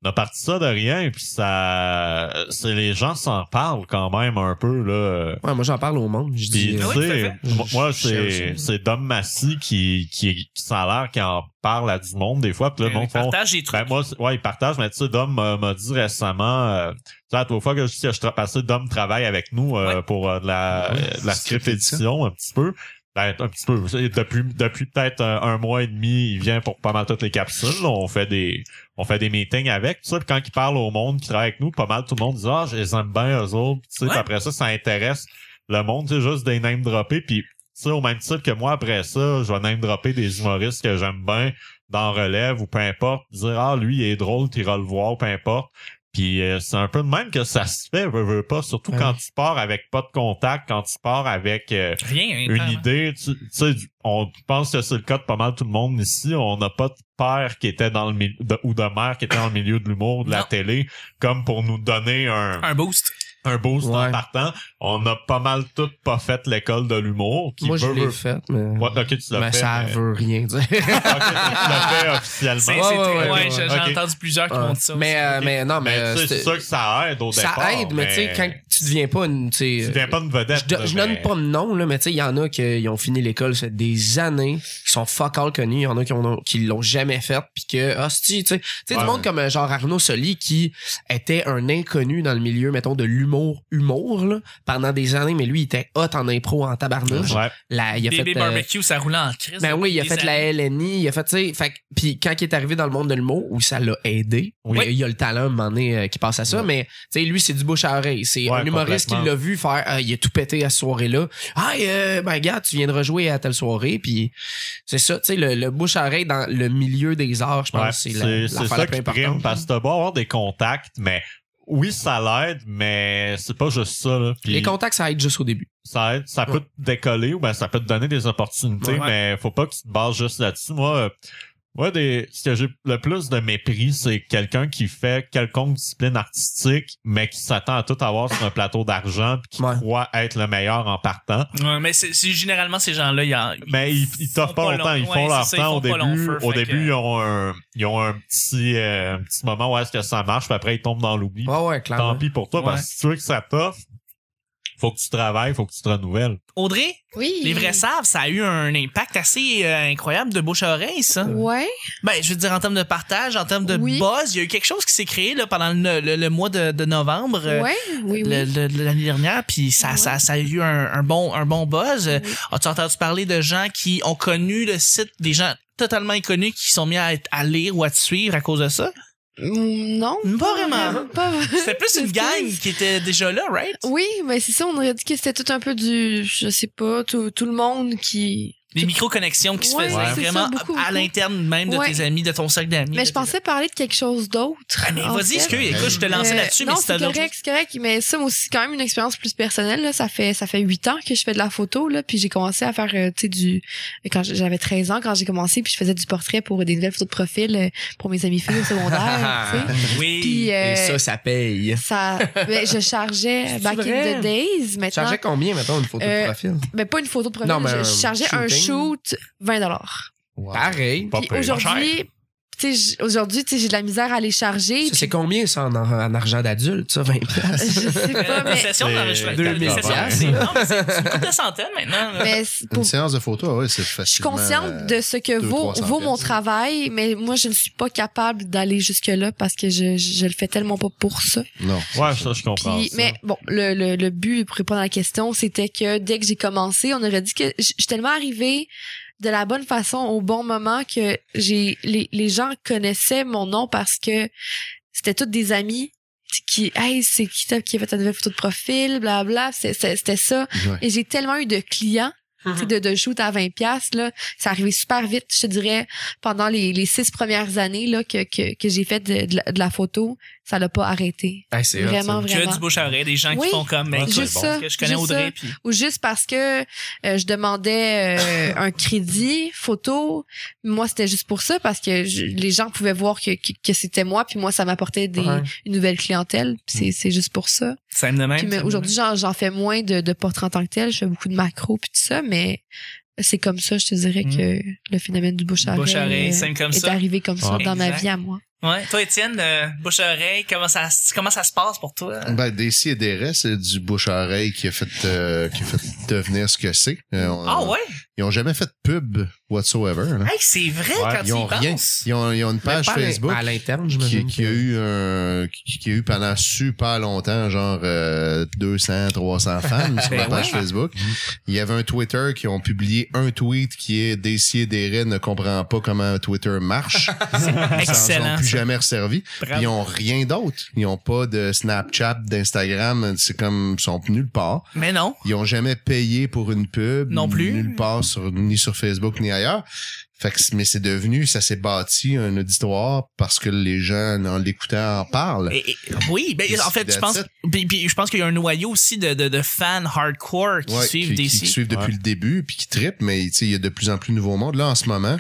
Speaker 6: on a parti ça de rien, puis ça, c'est les gens s'en parlent quand même un peu, là.
Speaker 4: Ouais, moi, j'en parle au monde. Je
Speaker 6: Puis,
Speaker 4: dis. euh,
Speaker 2: Ah
Speaker 6: tu
Speaker 2: oui,
Speaker 6: sais,
Speaker 2: tout
Speaker 6: moi- moi,
Speaker 4: Je- je-
Speaker 6: c'est,
Speaker 4: je-
Speaker 6: c'est Dom Massy qui, qui, qui, ça a l'air qu'il en parle à du monde des fois. Puis là, le monde
Speaker 2: Ils
Speaker 6: font,
Speaker 2: partagent des trucs.
Speaker 6: ben, moi, c'est- ouais, il partage, mais tu sais, Dom m'a, m'a dit récemment, euh, tu sais, la trois fois que je suis passé, Dom travaille avec nous euh, pour euh, de la,
Speaker 5: Ouais,
Speaker 6: euh, de la
Speaker 5: script
Speaker 6: script édition un petit peu. Ben, un petit peu. C'est- Depuis, depuis peut-être un, un mois et demi, il vient pour pas mal toutes les capsules. là. On fait des, on fait des meetings avec. tout ça. Puis quand il parle au monde qui travaille avec nous, pas mal tout le monde dit, ah, je les aime bien eux autres. Puis, tu sais,
Speaker 2: Ouais.
Speaker 6: puis après ça, ça intéresse le monde. C'est juste des name droppés. Puis, tu sais, au même titre que moi, après ça, je vais name dropper des humoristes que j'aime bien dans relève ou peu importe. Dire, ah, lui, il est drôle, t'iras le voir, peu importe. Puis euh, c'est un peu de même que ça se fait, veux, veux pas, surtout
Speaker 4: Ouais.
Speaker 6: quand tu pars avec pas de contact, quand tu pars avec euh,
Speaker 2: Rien, hein,
Speaker 6: une
Speaker 2: clairement.
Speaker 6: idée. Tu, tu sais, du- on pense que c'est le cas de pas mal tout le monde ici. On n'a pas de père qui était dans le milieu ou de mère qui était dans le milieu de l'humour, de la
Speaker 2: Non.
Speaker 6: télé, comme pour nous donner un,
Speaker 2: Un boost.
Speaker 6: un boost en
Speaker 4: Ouais.
Speaker 6: partant. On a pas mal tout pas fait l'école de l'humour. qui
Speaker 4: Moi, je
Speaker 6: veut,
Speaker 4: l'ai
Speaker 6: veut-
Speaker 4: faite, mais.
Speaker 6: Ouais, ok, tu l'as
Speaker 4: mais
Speaker 6: fait.
Speaker 4: ça
Speaker 6: mais-
Speaker 4: veut rien dire.
Speaker 6: [laughs] Ok, tu l'as fait officiellement.
Speaker 2: C'est-
Speaker 4: Ouais,
Speaker 2: c'est-
Speaker 4: ouais, ouais,
Speaker 2: ouais,
Speaker 4: ouais,
Speaker 2: j'ai
Speaker 6: ouais.
Speaker 2: j'ai
Speaker 6: Ok.
Speaker 2: entendu plusieurs qui m'ont
Speaker 4: [laughs]
Speaker 2: dit ça.
Speaker 4: mais,
Speaker 2: aussi.
Speaker 4: euh, mais non, mais.
Speaker 6: Mais
Speaker 4: euh,
Speaker 6: tu sais, c'est
Speaker 4: c'était-
Speaker 6: sûr que Ben, ça aide au
Speaker 4: ça
Speaker 6: départ.
Speaker 4: aide, mais, tu sais, quand tu deviens pas une. Tu sais,
Speaker 6: tu deviens pas une vedette.
Speaker 4: Je, do-
Speaker 6: là,
Speaker 4: je
Speaker 6: mais-
Speaker 4: donne pas de nom, là, mais tu sais, il y en a qui ont fini l'école, ça fait des années, qui sont fuck all connus, il y en a qui, ont, qui l'ont jamais fait, puis que, ah, si, tu sais, tu sais,
Speaker 6: Ouais.
Speaker 4: du monde comme euh, genre Arnaud Soli, qui était un inconnu dans le milieu, mettons, de l'humour, humour, là, pendant des années, mais lui, il était hot en impro, en tabarnouche.
Speaker 6: Ouais.
Speaker 4: Là, il a
Speaker 2: Bébé
Speaker 4: fait, euh,
Speaker 2: barbecue, ça roulait en crise.
Speaker 4: ben oui, il a
Speaker 2: Des
Speaker 4: fait la LNI, il a fait, tu sais, fait que- puis quand il est arrivé dans le monde de l'humour, où ça l'a aidé,
Speaker 6: Oui.
Speaker 4: il y a le talent, à un moment donné, euh, qui passe à ça, mais, tu sais, lui, c'est du bouche à oreille. C'est
Speaker 6: Ouais,
Speaker 4: un humoriste qui
Speaker 6: complètement.
Speaker 4: l'a vu faire, Ah, il a tout pété à cette soirée-là. Ah, euh, ben, gars, tu viens de rejouer à telle soirée, puis c'est ça, tu sais, le, le bouche à oreille dans le milieu des arts, je pense,
Speaker 6: Ouais,
Speaker 4: c'est
Speaker 6: c'est
Speaker 4: la-
Speaker 6: c'est
Speaker 4: l'affaire la,
Speaker 6: ça
Speaker 4: plus
Speaker 6: qui prime
Speaker 4: importante. hein.
Speaker 6: parce que t'as beau avoir des contacts, mais oui, ça l'aide, mais c'est pas juste ça. Là. Puis
Speaker 4: Les contacts, ça aide juste au début.
Speaker 6: ça aide, ça peut te décoller ou ben ça peut te donner des opportunités,
Speaker 4: Ouais.
Speaker 6: mais faut pas que tu te bases juste là-dessus. Moi, euh, moi, des, ce que j'ai le plus de mépris, c'est quelqu'un qui fait quelconque discipline artistique, mais qui s'attend à tout avoir sur un plateau d'argent puis qui
Speaker 4: Ouais.
Speaker 6: croit être le meilleur en partant.
Speaker 2: scènes. Ouais, mais c'est c'est- généralement ces gens-là, ils en-
Speaker 6: Mais Ben, ils, ils
Speaker 2: font
Speaker 6: toffent pas
Speaker 2: pas
Speaker 6: longtemps,
Speaker 2: long-
Speaker 6: ils
Speaker 2: ouais,
Speaker 6: font leur
Speaker 2: c'est ça, ils
Speaker 6: temps
Speaker 2: font
Speaker 6: au
Speaker 2: pas long
Speaker 6: début.
Speaker 2: feu,
Speaker 6: au
Speaker 2: fait
Speaker 6: début,
Speaker 2: que-
Speaker 6: ils ont un, ils ont un petit, euh, un petit moment où est-ce que ça marche, puis après ils tombent dans l'oubli.
Speaker 4: Ouais, ouais, Oh, clairement.
Speaker 6: Tant pis pour toi, parce que si tu veux que ça t'offre, faut que tu travailles, faut que tu te renouvelles.
Speaker 2: Audrey,
Speaker 3: Oui.
Speaker 2: les vrais saves, ça a eu un impact assez euh, incroyable de bouche à oreille, ça.
Speaker 3: Ouais.
Speaker 2: Ben, je veux dire, en termes de partage, en termes de
Speaker 3: Oui.
Speaker 2: buzz, il y a eu quelque chose qui s'est créé là, pendant le, le- le mois de, de novembre. euh,
Speaker 3: Ouais. Oui, oui.
Speaker 2: le- le- le- l'année dernière, puis ça,
Speaker 3: Ouais.
Speaker 2: ça, ça a eu un, un bon, un bon buzz. Euh, As-tu entendu parler de gens qui ont connu le site, des gens totalement inconnus qui sont mis à, être- à lire ou à te suivre à cause de
Speaker 3: [laughs]
Speaker 2: ça?
Speaker 3: Mm, Non.
Speaker 2: Pas vraiment.
Speaker 3: Pas vraiment.
Speaker 2: C'était plus une gang qui était déjà là, right?
Speaker 3: Oui, mais c'est ça, on aurait dit que c'était tout un peu du, je sais pas, tout, tout le monde qui...
Speaker 2: Les micro-connexions qui
Speaker 3: Ouais,
Speaker 2: se
Speaker 3: c'est
Speaker 2: faisaient
Speaker 3: ça,
Speaker 2: vraiment
Speaker 3: beaucoup,
Speaker 2: à
Speaker 3: beaucoup.
Speaker 2: l'interne même de
Speaker 3: Ouais.
Speaker 2: tes amis, de ton cercle d'amis.
Speaker 3: Mais
Speaker 2: de
Speaker 3: je
Speaker 2: tes-
Speaker 3: pensais parler de quelque chose d'autre.
Speaker 2: Ah, mais
Speaker 3: en
Speaker 2: vas-y,
Speaker 3: fait.
Speaker 2: excuse, écoute, je te lançais
Speaker 3: Euh,
Speaker 2: là-dessus, mais
Speaker 3: non,
Speaker 2: si t'as
Speaker 3: c'est
Speaker 2: d'autres
Speaker 3: correct, c'est correct. Mais ça, moi aussi, c'est quand même une expérience plus personnelle. Là. Ça fait ça fait huit ans que je fais de la photo, là, puis j'ai commencé à faire, euh, tu sais, du... Quand j- j'avais 13 ans, quand j'ai commencé, puis je faisais du portrait pour des nouvelles photos de profil euh, pour mes amis filles
Speaker 2: [laughs]
Speaker 3: au secondaire, tu sais.
Speaker 2: choses-
Speaker 3: Puis,
Speaker 2: Oui.
Speaker 3: euh,
Speaker 4: Et ça, ça paye.
Speaker 3: ça... mais je chargeais
Speaker 4: [laughs] C'est-tu
Speaker 3: back
Speaker 4: vrai?
Speaker 3: in the days.
Speaker 4: Tu
Speaker 3: Maintenant,
Speaker 4: chargeais combien, mettons, une photo de
Speaker 3: Euh,
Speaker 4: profil?
Speaker 3: mais pas une photo de profil,
Speaker 4: Non, mais
Speaker 3: je,
Speaker 4: un
Speaker 3: je chargeais un
Speaker 4: shooting.
Speaker 3: shoot 20 dollars.
Speaker 5: Wow.
Speaker 4: Pareil.
Speaker 6: Pas
Speaker 3: Puis
Speaker 6: pire.
Speaker 3: aujourd'hui, tu sais, j- aujourd'hui, tu sais, j'ai de la misère à les charger.
Speaker 4: Ça, C'est combien, ça, en, en argent d'adulte, ça, 20
Speaker 3: puis [laughs] je
Speaker 4: [laughs]
Speaker 3: sais pas,
Speaker 2: Euh, Une
Speaker 3: mais,
Speaker 2: session
Speaker 6: C'est
Speaker 2: d'enregistrement.
Speaker 6: 2000
Speaker 2: Une session-
Speaker 6: dollars.
Speaker 2: c'est- non, mais c'est c'est une couple de centaines maintenant. là.
Speaker 3: mais c'est
Speaker 5: Une
Speaker 3: pour-
Speaker 5: séance de photo, ah ouais, c'est
Speaker 3: je suis
Speaker 5: facilement...
Speaker 3: consciente
Speaker 5: euh,
Speaker 3: de ce que
Speaker 5: deux,
Speaker 3: vaut,
Speaker 5: 300
Speaker 3: vaut mon
Speaker 5: pièces.
Speaker 3: travail, mais moi, je ne suis pas capable d'aller jusque-là parce que je, je, je le fais tellement pas pour ça.
Speaker 5: Non.
Speaker 6: Ouais, ça, je comprends.
Speaker 3: Puis,
Speaker 6: ça.
Speaker 3: mais bon, le, le, le but pour répondre à la question, c'était que dès que j'ai commencé, on aurait dit que je je suis tellement arrivée de la bonne façon au bon moment que j'ai les, les gens connaissaient mon nom parce que c'était toutes des amis qui hey c'est qui t'as- qui a fait ta nouvelle photo de profil bla bla c'est- c'est- c'était ça
Speaker 5: Ouais.
Speaker 3: et j'ai tellement eu de clients tu sais, de, de shoot à 20 pièces là ça arrivait super vite je te dirais pendant les, les six premières années là que que, que j'ai fait de, de la, de la photo ça l'a pas arrêté
Speaker 4: c'est hot, ça.
Speaker 3: vraiment
Speaker 2: Que
Speaker 3: vraiment
Speaker 2: du bouche à oreille, des gens qui
Speaker 3: Oui.
Speaker 2: font comme, mais
Speaker 5: Ah,
Speaker 6: Ouais,
Speaker 2: écoute,
Speaker 3: juste
Speaker 6: bon,
Speaker 3: ça,
Speaker 2: parce que je connais
Speaker 3: juste
Speaker 2: Audrey,
Speaker 3: ça.
Speaker 2: puis
Speaker 3: ou juste parce que euh, je demandais euh, un crédit photo moi c'était juste pour ça parce que je- les gens pouvaient voir que, que, que c'était moi puis moi ça m'apportait des
Speaker 4: Ouais.
Speaker 3: une nouvelle clientèle puis
Speaker 2: Mm.
Speaker 3: c'est c'est juste pour ça
Speaker 2: ça me de même.
Speaker 3: Puis, mais
Speaker 2: ça me
Speaker 3: aujourd'hui j'en j'en fais moins de, de portraits en tant que tel je fais beaucoup de macro puis tout ça mais c'est comme ça je te dirais
Speaker 2: Mm.
Speaker 3: que le phénomène du bouche à
Speaker 2: Bouche à
Speaker 3: oreille
Speaker 2: oreille,
Speaker 3: euh,
Speaker 2: scène comme
Speaker 3: est
Speaker 2: ça.
Speaker 3: arrivé comme ça
Speaker 6: Ouais.
Speaker 3: dans ma
Speaker 2: Exact.
Speaker 3: vie à moi
Speaker 2: Ouais. Toi, Étienne, euh, bouche à oreille, comment ça, comment ça se passe pour toi?
Speaker 5: Ben, Dessy et Déré, c'est du bouche-oreille qui a fait euh, qui a fait devenir ce que c'est. Euh, on-
Speaker 2: Ah ouais?
Speaker 5: Ils ont jamais fait de pub whatsoever. là.
Speaker 2: Hey, c'est vrai
Speaker 6: Ouais,
Speaker 2: quand
Speaker 5: Ils
Speaker 2: tu
Speaker 5: ont
Speaker 2: y penses.
Speaker 5: rien. Ils ont, ils ont une
Speaker 4: Mais
Speaker 5: page
Speaker 4: pas à l'in-
Speaker 5: Facebook
Speaker 4: À l'interne, je
Speaker 5: qui, qui a eu un, qui, qui a eu pendant super longtemps, genre euh, 200,
Speaker 2: [laughs]
Speaker 5: 300 fans sur la
Speaker 2: Ben
Speaker 5: page
Speaker 2: ouais.
Speaker 5: Facebook. Il y avait un Twitter qui ont publié un tweet qui est Dessier Deret ne comprend pas comment Twitter
Speaker 2: [laughs]
Speaker 5: marche. Ils s'en sont
Speaker 2: Excellent.
Speaker 5: plus jamais resservis.
Speaker 2: Bravo.
Speaker 5: Ils ont rien d'autre. Ils ont pas de Snapchat, d'Instagram. C'est comme, ils sont nulle part.
Speaker 2: Mais non.
Speaker 5: Ils ont jamais payé pour une pub.
Speaker 2: Non plus.
Speaker 5: Nulle part sur, ni sur Facebook, ni ailleurs. Fait que, mais c'est devenu, ça s'est bâti un auditoire parce que les gens, en l'écoutant, en parlent.
Speaker 2: Et- et- oui, ben,
Speaker 5: Puis
Speaker 2: en fait, je
Speaker 5: that's
Speaker 2: pense,
Speaker 5: it.
Speaker 2: puis, puis je pense qu'il y a un noyau aussi de, de, de fans hardcore qui
Speaker 5: Ouais,
Speaker 2: suivent
Speaker 5: qui,
Speaker 2: des
Speaker 5: qui
Speaker 2: sites.
Speaker 5: suivent depuis
Speaker 6: Ouais.
Speaker 5: le début puis qui trippent mais tu sais, il y a de plus en plus de nouveaux mondes là en ce moment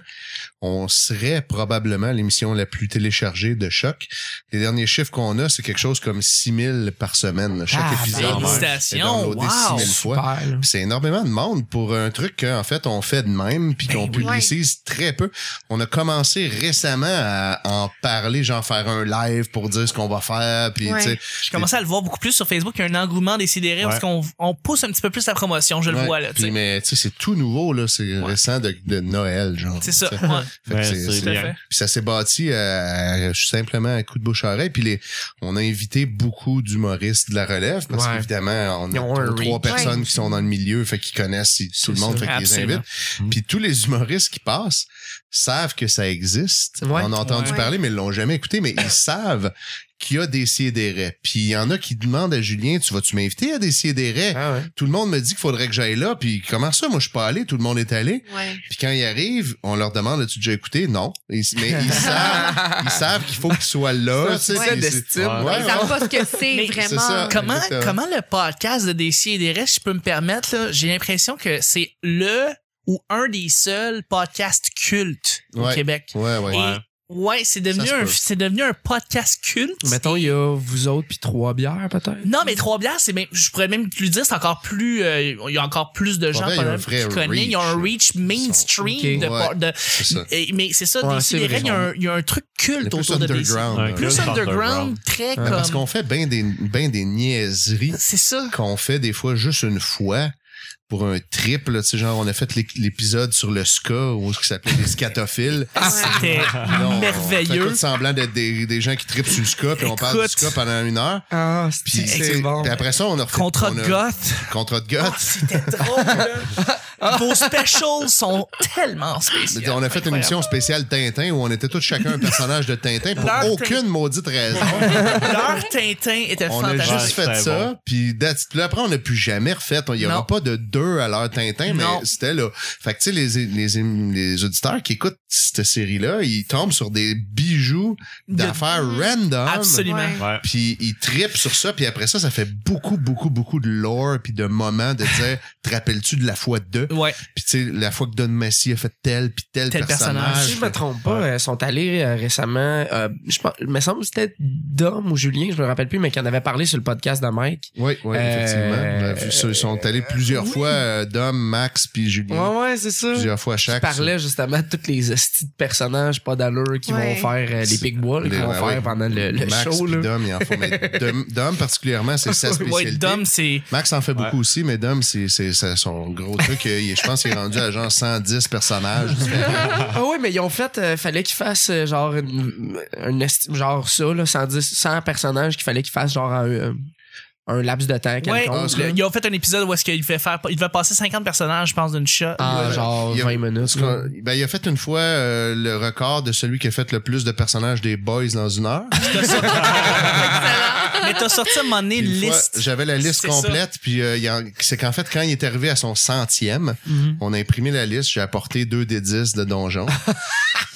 Speaker 5: on serait probablement l'émission la plus téléchargée de Choc. Les derniers chiffres qu'on a, c'est quelque chose comme 6000 par semaine. là. Chaque
Speaker 4: Ah,
Speaker 5: épisode
Speaker 2: ben, félicitations,
Speaker 5: est downloadé
Speaker 2: wow.
Speaker 5: 6000 fois.
Speaker 4: Super, là.
Speaker 5: C'est énormément de monde pour un truc qu'en fait on fait de même puis qu'on
Speaker 2: Ben
Speaker 5: publicise très peu. On a commencé récemment à en parler, genre faire un live pour dire ce qu'on va faire puis
Speaker 3: Ouais.
Speaker 5: tu sais
Speaker 2: Je commençais à le voir beaucoup plus sur Facebook. Il y a un engouement des sidérés parce
Speaker 6: Ouais.
Speaker 2: qu'on on pousse un petit peu plus la promotion. Je le
Speaker 5: ouais.
Speaker 2: vois là. tu
Speaker 5: Puis,
Speaker 2: sais.
Speaker 5: mais tu sais c'est tout nouveau là, c'est récent de, de Noël genre.
Speaker 2: C'est ça.
Speaker 5: tu sais.
Speaker 2: ouais.
Speaker 5: Fait que
Speaker 6: Ben,
Speaker 5: c'est-
Speaker 6: c'est
Speaker 5: c'est-
Speaker 2: Tout à fait.
Speaker 5: Puis ça s'est bâti à, à- simplement à coup de bouche à oreille. Puis les, on a invité beaucoup d'humoristes de la relève parce
Speaker 4: Ouais.
Speaker 5: qu'évidemment, on
Speaker 4: Ils
Speaker 5: a
Speaker 4: ont un
Speaker 5: trois, trois
Speaker 4: reach.
Speaker 5: personnes qui sont dans le milieu, fait qu'ils connaissent si- tout le
Speaker 4: C'est Mm.
Speaker 5: monde,
Speaker 4: ça.
Speaker 5: fait qu'ils les
Speaker 2: Absolument.
Speaker 5: invitent. Puis tous les humoristes qui passent savent que ça existe.
Speaker 4: Ouais.
Speaker 5: On a entendu
Speaker 3: Ouais.
Speaker 5: parler, mais ils l'ont jamais écouté, mais
Speaker 2: [laughs]
Speaker 5: ils savent qu'il y a des sidérés. Puis il y en a qui demandent à Julien, tu vas-tu m'inviter à des sidérés?
Speaker 4: Ah ouais.
Speaker 5: Tout le monde me dit qu'il faudrait que j'aille là. Puis comment ça? Moi, je suis pas allé. Tout le monde est allé.
Speaker 3: Ouais.
Speaker 5: Puis quand ils arrivent, on leur demande as-tu déjà écouté Non. Ils- mais ils savent, ils savent qu'il faut qu'ils soient là.
Speaker 4: C'est
Speaker 5: tu sais,
Speaker 4: ça,
Speaker 5: ils-
Speaker 4: d'estime.
Speaker 5: Ouais,
Speaker 3: Ils
Speaker 5: ouais.
Speaker 3: savent pas ce que c'est
Speaker 2: [laughs] Mais-
Speaker 5: C'est
Speaker 3: vraiment.
Speaker 5: ça.
Speaker 2: Comment,
Speaker 5: Exactement.
Speaker 2: comment le podcast de DC et des restes, si je peux me permettre, là, j'ai l'impression que c'est le ou un des seuls podcasts cultes au
Speaker 5: Ouais.
Speaker 2: Québec.
Speaker 5: Ouais, ouais.
Speaker 2: Et ouais, c'est devenu
Speaker 5: Ça se
Speaker 2: un,
Speaker 5: peut.
Speaker 2: c'est devenu un podcast culte.
Speaker 4: Mettons, il y a vous autres puis trois bières, peut-être.
Speaker 2: Non, mais trois bières, c'est même, je pourrais même plus dire, c'est encore plus, euh, il y a encore plus de gens
Speaker 5: vrai, il y a
Speaker 2: par
Speaker 5: un
Speaker 2: exemple,
Speaker 5: vrai
Speaker 2: qui connaissent. Il y a un reach mainstream
Speaker 4: Ils
Speaker 2: de,
Speaker 5: sont- ok.
Speaker 2: por- de- [laughs]
Speaker 5: C'est ça.
Speaker 2: et- mais c'est ça,
Speaker 4: Ouais,
Speaker 2: des
Speaker 4: c'est
Speaker 2: sidérés,
Speaker 4: vrai,
Speaker 2: il y a un, il y a un truc
Speaker 5: Le
Speaker 2: culte
Speaker 5: plus
Speaker 2: autour de DC.
Speaker 5: underground.
Speaker 6: Ouais,
Speaker 5: là.
Speaker 2: Plus underground, très
Speaker 5: Ouais, Ben, Parce
Speaker 2: comme.
Speaker 5: qu'on fait bien des, ben des niaiseries
Speaker 2: C'est ça.
Speaker 5: qu'on fait des fois juste une fois pour un trip. Là, tu sais, genre, on a fait l'é- l'épisode sur le ska ou ce qui s'appelait les scatophiles.
Speaker 2: C'était
Speaker 5: Ah,
Speaker 4: Ah,
Speaker 5: [laughs] Non, On fait
Speaker 2: Ah, merveilleux.
Speaker 5: tout semblant d'être des, des gens qui tripent sur le ska, puis on parle du
Speaker 2: Écoute.
Speaker 5: ska pendant une heure.
Speaker 4: Ah,
Speaker 5: Puis,
Speaker 4: c'est bon.
Speaker 5: puis après ça, on a refait.
Speaker 2: Contrat
Speaker 5: on
Speaker 2: de
Speaker 5: a-
Speaker 2: goth.
Speaker 5: Contrat de
Speaker 2: Ah,
Speaker 5: goth.
Speaker 2: c'était drôle, là. [laughs] Vos specials sont tellement spéciaux.
Speaker 5: Mais On a fait une émission spéciale Tintin où on était tous chacun un personnage de Tintin pour
Speaker 2: Leur
Speaker 5: aucune maudite
Speaker 2: [laughs]
Speaker 5: raison.
Speaker 2: Leur Tintin était
Speaker 5: On a
Speaker 2: fantastique.
Speaker 5: juste
Speaker 6: Ouais,
Speaker 5: fait
Speaker 6: c'était
Speaker 5: ça,
Speaker 6: bon.
Speaker 5: puis that's- puis après on n'a plus jamais refait. Il n'y
Speaker 2: Non.
Speaker 5: aura pas de deux à l'heure
Speaker 2: Non.
Speaker 5: Tintin, mais c'était là. Fait que tu sais, les, les, les auditeurs qui écoutent cette série-là, ils tombent sur des bijoux
Speaker 2: De-
Speaker 5: d'affaires random.
Speaker 2: Absolument.
Speaker 3: Ouais.
Speaker 6: Ouais.
Speaker 5: Puis ils tripent sur ça, puis après ça, ça fait beaucoup, beaucoup, beaucoup de lore, puis de moments de dire, te rappelles-tu de la fois de?
Speaker 2: Ouais.
Speaker 5: Puis tu sais, la fois que Don Messi a fait tel, puis tel,
Speaker 2: Tel personnage.
Speaker 5: personnage.
Speaker 4: Si Ah, je me trompe pas, euh, sont allés euh, récemment, euh, je pense, il me semble que c'était Dom ou Julien, je me rappelle plus, mais qui en avait parlé sur le podcast de Mike.
Speaker 5: Oui, oui,
Speaker 4: Euh,
Speaker 5: effectivement. On a vu ça. Ils sont allés plusieurs fois, euh, Dom, Max, puis Julien.
Speaker 4: Ouais, ouais, c'est ça.
Speaker 5: Plusieurs fois
Speaker 4: Je
Speaker 5: chaque. euh,
Speaker 4: parlais justement de tous les hosties de personnages pas d'allure qui vont
Speaker 3: Ouais.
Speaker 4: faire euh, les big bois, là,
Speaker 5: Les-
Speaker 4: qui vont
Speaker 5: ouais,
Speaker 4: faire
Speaker 5: ouais.
Speaker 4: pendant le, le
Speaker 5: Max
Speaker 4: show.
Speaker 5: puis
Speaker 4: Là.
Speaker 5: Dom, ils en font. Mais
Speaker 4: [laughs]
Speaker 5: Dom, Dom particulièrement, c'est sa spécialité.
Speaker 2: Ouais, Dom, c'est.
Speaker 5: Max en fait
Speaker 6: Ouais.
Speaker 5: beaucoup aussi, mais Dom, c'est c'est- c'est son gros truc. Euh, il est- Je pense qu'il est rendu à genre 110 personnages.
Speaker 4: [laughs] Ah ouais, mais ils ont fait, euh, fallait qu'ils fassent euh, genre une, une esti- genre ça, là, 110, 100 personnages qu'il fallait qu'ils fassent genre un, euh, un laps de temps.
Speaker 2: Ouais,
Speaker 4: quelconque,
Speaker 5: c'est
Speaker 2: le-
Speaker 4: là.
Speaker 2: ils ont fait un épisode où est-ce qu'il devait faire, il devait passer 50 personnages, je pense, d'une shot.
Speaker 4: Ah, genre
Speaker 5: Il y a-
Speaker 4: 20 minutes.
Speaker 5: Parce
Speaker 4: là.
Speaker 5: que, ben, il a fait une fois euh, le record de celui qui a fait le plus de personnages des boys dans une heure.
Speaker 2: T'as sorti- [laughs] Mais t'as sorti à un moment donné une
Speaker 5: Une fois,
Speaker 2: liste.
Speaker 5: J'avais la liste
Speaker 2: C'est
Speaker 5: complète, puis euh, il y a- c'est qu'en fait, quand il est arrivé à son centième,
Speaker 2: Mhm.
Speaker 5: on a imprimé la liste, j'ai apporté deux des dix de
Speaker 2: [laughs]
Speaker 5: donjon.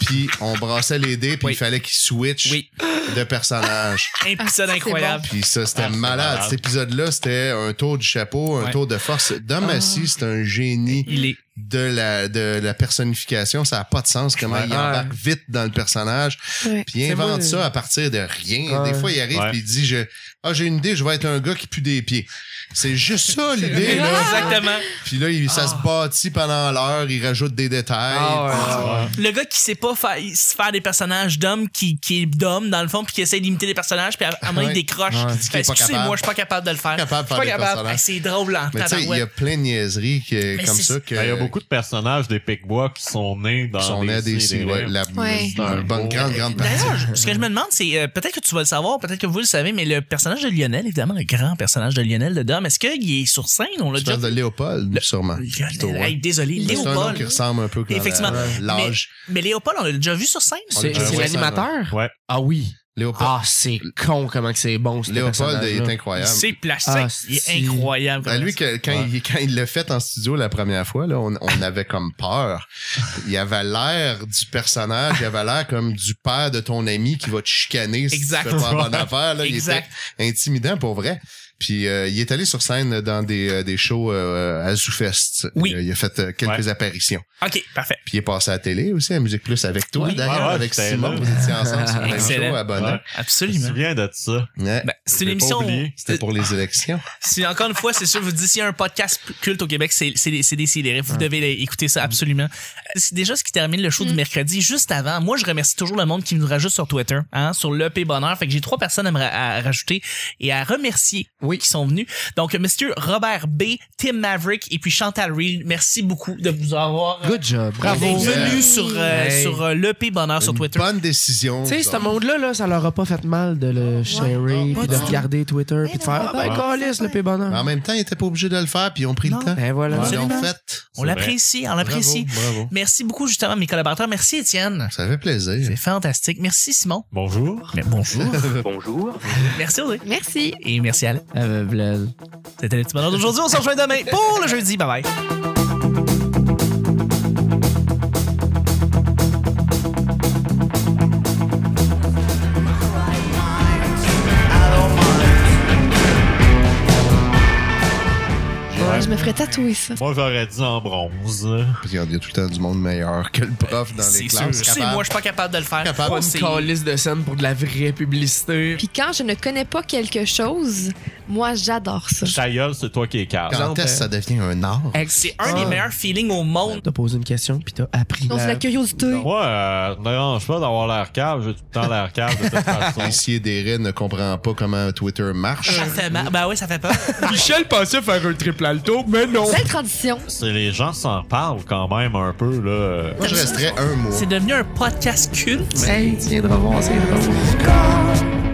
Speaker 5: puis on brassait les dés, puis
Speaker 2: Oui.
Speaker 5: il fallait qu'il switch
Speaker 2: Oui.
Speaker 5: de personnage.
Speaker 2: Un épisode incroyable.
Speaker 5: Puis ça, c'était
Speaker 6: Ah, c'est
Speaker 5: malade.
Speaker 6: malade.
Speaker 5: Cet épisode-là, c'était un tour du chapeau, un
Speaker 2: Ouais. Ah.
Speaker 5: tour de force. Dom Massy, c'est un génie
Speaker 2: Il est.
Speaker 5: de la, de la personnification. Ça n'a pas de sens comment
Speaker 6: Ouais.
Speaker 5: il embarque vite dans le personnage.
Speaker 3: Ouais.
Speaker 5: Puis il
Speaker 4: C'est moi,
Speaker 5: invente ça à partir de rien.
Speaker 4: Ouais.
Speaker 5: Des fois, il arrive
Speaker 6: Ouais.
Speaker 5: puis il dit je, Ah, j'ai une idée, je vais être un gars qui pue des pieds. C'est juste
Speaker 4: [laughs]
Speaker 5: ça l'idée. là.
Speaker 2: Exactement.
Speaker 5: Puis là, il, ça se bâtit pendant l'heure, il rajoute des détails.
Speaker 4: Ah ouais.
Speaker 2: Le gars qui sait pas faire, se faire des personnages d'hommes qui, qui est d'homme dans le fond puis qui essaie d'imiter des personnages puis à, à un moment
Speaker 5: Ouais.
Speaker 2: il décroche.
Speaker 5: Ouais.
Speaker 2: Fait,
Speaker 5: Il dit qu'il est pas
Speaker 2: Excusez-moi,
Speaker 5: capable.
Speaker 2: je suis pas capable de le faire.
Speaker 5: Pas capable de faire
Speaker 2: Pas
Speaker 5: des
Speaker 2: capable.
Speaker 5: personnages.
Speaker 2: Ah, c'est drôle en
Speaker 5: Mais tu sais, il y a
Speaker 2: tabarouette.
Speaker 5: plein de niaiseries qui- comme
Speaker 2: c'est-
Speaker 5: ça que.
Speaker 6: Ben, Il y a beaucoup de personnages des Pic-Bois qui sont nés dans
Speaker 5: Son
Speaker 6: des
Speaker 5: aide et
Speaker 6: séries.
Speaker 5: ouais, la
Speaker 3: Ouais.
Speaker 5: c'est un bon- grande, grande partie.
Speaker 2: D'ailleurs, je- ce que je me demande, c'est euh, peut-être que tu vas le savoir, peut-être que vous le savez, mais le personnage de Lionel, évidemment, le grand personnage de Lionel de Dom, est-ce qu'il est sur scène? On l'a
Speaker 5: Je
Speaker 2: déjà
Speaker 5: pense de Léopold, sûrement. Plutôt,
Speaker 2: Lionel,
Speaker 5: ouais.
Speaker 2: hey, désolé,
Speaker 5: Mais hein. C'est un nom qui
Speaker 2: Léopold.
Speaker 5: ressemble un peu quand
Speaker 2: Effectivement.
Speaker 5: à l'âge.
Speaker 2: Mais Léopold, on l'a déjà vu sur scène.
Speaker 5: On
Speaker 4: C'est
Speaker 5: est déjà
Speaker 4: c'est
Speaker 5: ouais,
Speaker 4: l'animateur?
Speaker 6: Ouais.
Speaker 4: Ah oui.
Speaker 5: Léopold,
Speaker 4: Ah, c'est con comment que c'est bon, ce
Speaker 5: Léopold
Speaker 4: personnage-là.
Speaker 5: est incroyable.
Speaker 2: C'est plastique.
Speaker 4: Ah,
Speaker 2: il est
Speaker 4: si.
Speaker 2: incroyable.
Speaker 5: Ben,
Speaker 2: comme
Speaker 5: lui,
Speaker 2: ça.
Speaker 5: que- quand, il, quand il l'a fait en studio la première fois, là, on, on avait comme peur. Il avait l'air du personnage, il avait l'air comme du père de ton ami qui va te chicaner si
Speaker 2: Exact.
Speaker 5: tu fais pas la bonne affaire. Là.
Speaker 2: Exact.
Speaker 5: Il était intimidant pour vrai. Puis euh, il est allé sur scène dans des, euh, des shows euh, à ZooFest.
Speaker 2: Oui.
Speaker 5: Il, a- il a fait euh, quelques apparitions.
Speaker 2: OK, parfait.
Speaker 5: Puis il est passé à la télé aussi, à Musique Plus avec toi,
Speaker 2: Oui.
Speaker 5: d'ailleurs,
Speaker 6: Ah ouais,
Speaker 5: avec
Speaker 6: j'étais
Speaker 5: Simon.
Speaker 6: là.
Speaker 5: Vous étiez ensemble
Speaker 2: [laughs]
Speaker 5: sur le même
Speaker 2: Excellent.
Speaker 5: show à Bonheur.
Speaker 6: Je me
Speaker 2: Absolument.
Speaker 6: souviens de ça.
Speaker 5: Ouais.
Speaker 2: Ben, c'est une
Speaker 6: Je l'ai pas
Speaker 2: émission.
Speaker 6: oublié.
Speaker 5: C'était pour les élections.
Speaker 2: Si, encore une fois, c'est sûr, vous dites, s'il y a un podcast culte au Québec, c'est c'est des c'est des CDRF. Vous devez les- écouter ça absolument. Euh, C'est déjà ce qui termine le show du mercredi. Juste avant, moi, je remercie toujours le monde qui nous rajoute sur Twitter, hein, sur l'EP Bonheur. Fait que j'ai trois personnes à, me ra- à rajouter et à remercier qui sont venus. Donc, Monsieur Robert B, Tim Maverick et puis Chantal Reel, merci beaucoup de vous avoir euh,
Speaker 4: Good job.
Speaker 2: venus
Speaker 4: Bravo.
Speaker 5: Yeah.
Speaker 2: sur, euh,
Speaker 4: Hey.
Speaker 2: sur euh, l'EP Bonheur sur
Speaker 5: Une
Speaker 2: Twitter.
Speaker 5: Bonne décision.
Speaker 4: Tu sais, ce
Speaker 5: Donc,
Speaker 4: monde-là, là, ça leur a pas fait mal de le sharer,
Speaker 5: pas
Speaker 4: puis de
Speaker 5: du tout.
Speaker 4: regarder Twitter, puis de faire Ah ben,
Speaker 6: Ouais.
Speaker 4: calisse, le
Speaker 5: mais En
Speaker 4: P-bonheur.
Speaker 5: même temps, ils étaient pas obligés de le faire, puis ils ont pris
Speaker 2: Ah. Non.
Speaker 5: le temps.
Speaker 4: Ben voilà.
Speaker 5: Ils l'ont
Speaker 2: Absolument.
Speaker 5: fait.
Speaker 2: On
Speaker 6: C'est
Speaker 2: l'apprécie, on l'apprécie.
Speaker 5: Bravo, bravo.
Speaker 2: Merci beaucoup, justement, à mes collaborateurs. Merci, Étienne.
Speaker 5: Ça fait plaisir.
Speaker 2: C'est fantastique. Merci, Simon.
Speaker 6: Bonjour.
Speaker 2: Mais bonjour.
Speaker 7: Bonjour.
Speaker 2: Merci, Audrey.
Speaker 3: Merci.
Speaker 2: Et merci, Alain.
Speaker 4: Euh, blaise.
Speaker 2: C'était le petit bonheur d'aujourd'hui. On se rejoint demain pour le jeudi. Bye bye.
Speaker 3: Ouais, je me ferais tatouer ça.
Speaker 6: Moi, j'aurais dit en bronze.
Speaker 5: Puis il y a tout le temps du monde meilleur que le prof dans les
Speaker 2: C'est sûr.
Speaker 5: classes.
Speaker 2: Je sais,
Speaker 5: capable.
Speaker 2: moi, je suis pas capable de le faire.
Speaker 5: Capable.
Speaker 2: Moi,
Speaker 5: Pas
Speaker 2: c'est-
Speaker 4: Une calisse de scène pour de la vraie publicité.
Speaker 3: Puis quand je ne connais pas quelque chose, moi, j'adore ça.
Speaker 6: Ta gueule, c'est toi qui es calme.
Speaker 5: Quand est-ce que
Speaker 2: euh,
Speaker 5: ça devient un art?
Speaker 2: C'est un des
Speaker 4: Ah.
Speaker 2: meilleurs feelings au monde.
Speaker 4: T'as posé une question, puis t'as appris.
Speaker 3: Non, c'est la curiosité.
Speaker 6: Moi, euh, ça me dérange pas d'avoir l'air cave. J'ai tout le temps l'air cave de toute façon.
Speaker 5: Ici, Deret ne comprend pas comment Twitter marche.
Speaker 2: Parfaitement. Ben oui, ça fait peur.
Speaker 4: Michel pensait faire un triple alto, mais non.
Speaker 3: Belle tradition.
Speaker 6: C'est les gens s'en parlent quand même un peu, là.
Speaker 5: Moi, je resterais un mois.
Speaker 2: C'est devenu un podcast culte.
Speaker 4: Hey, tiens, de revoir, c'est drôle.
Speaker 8: gone.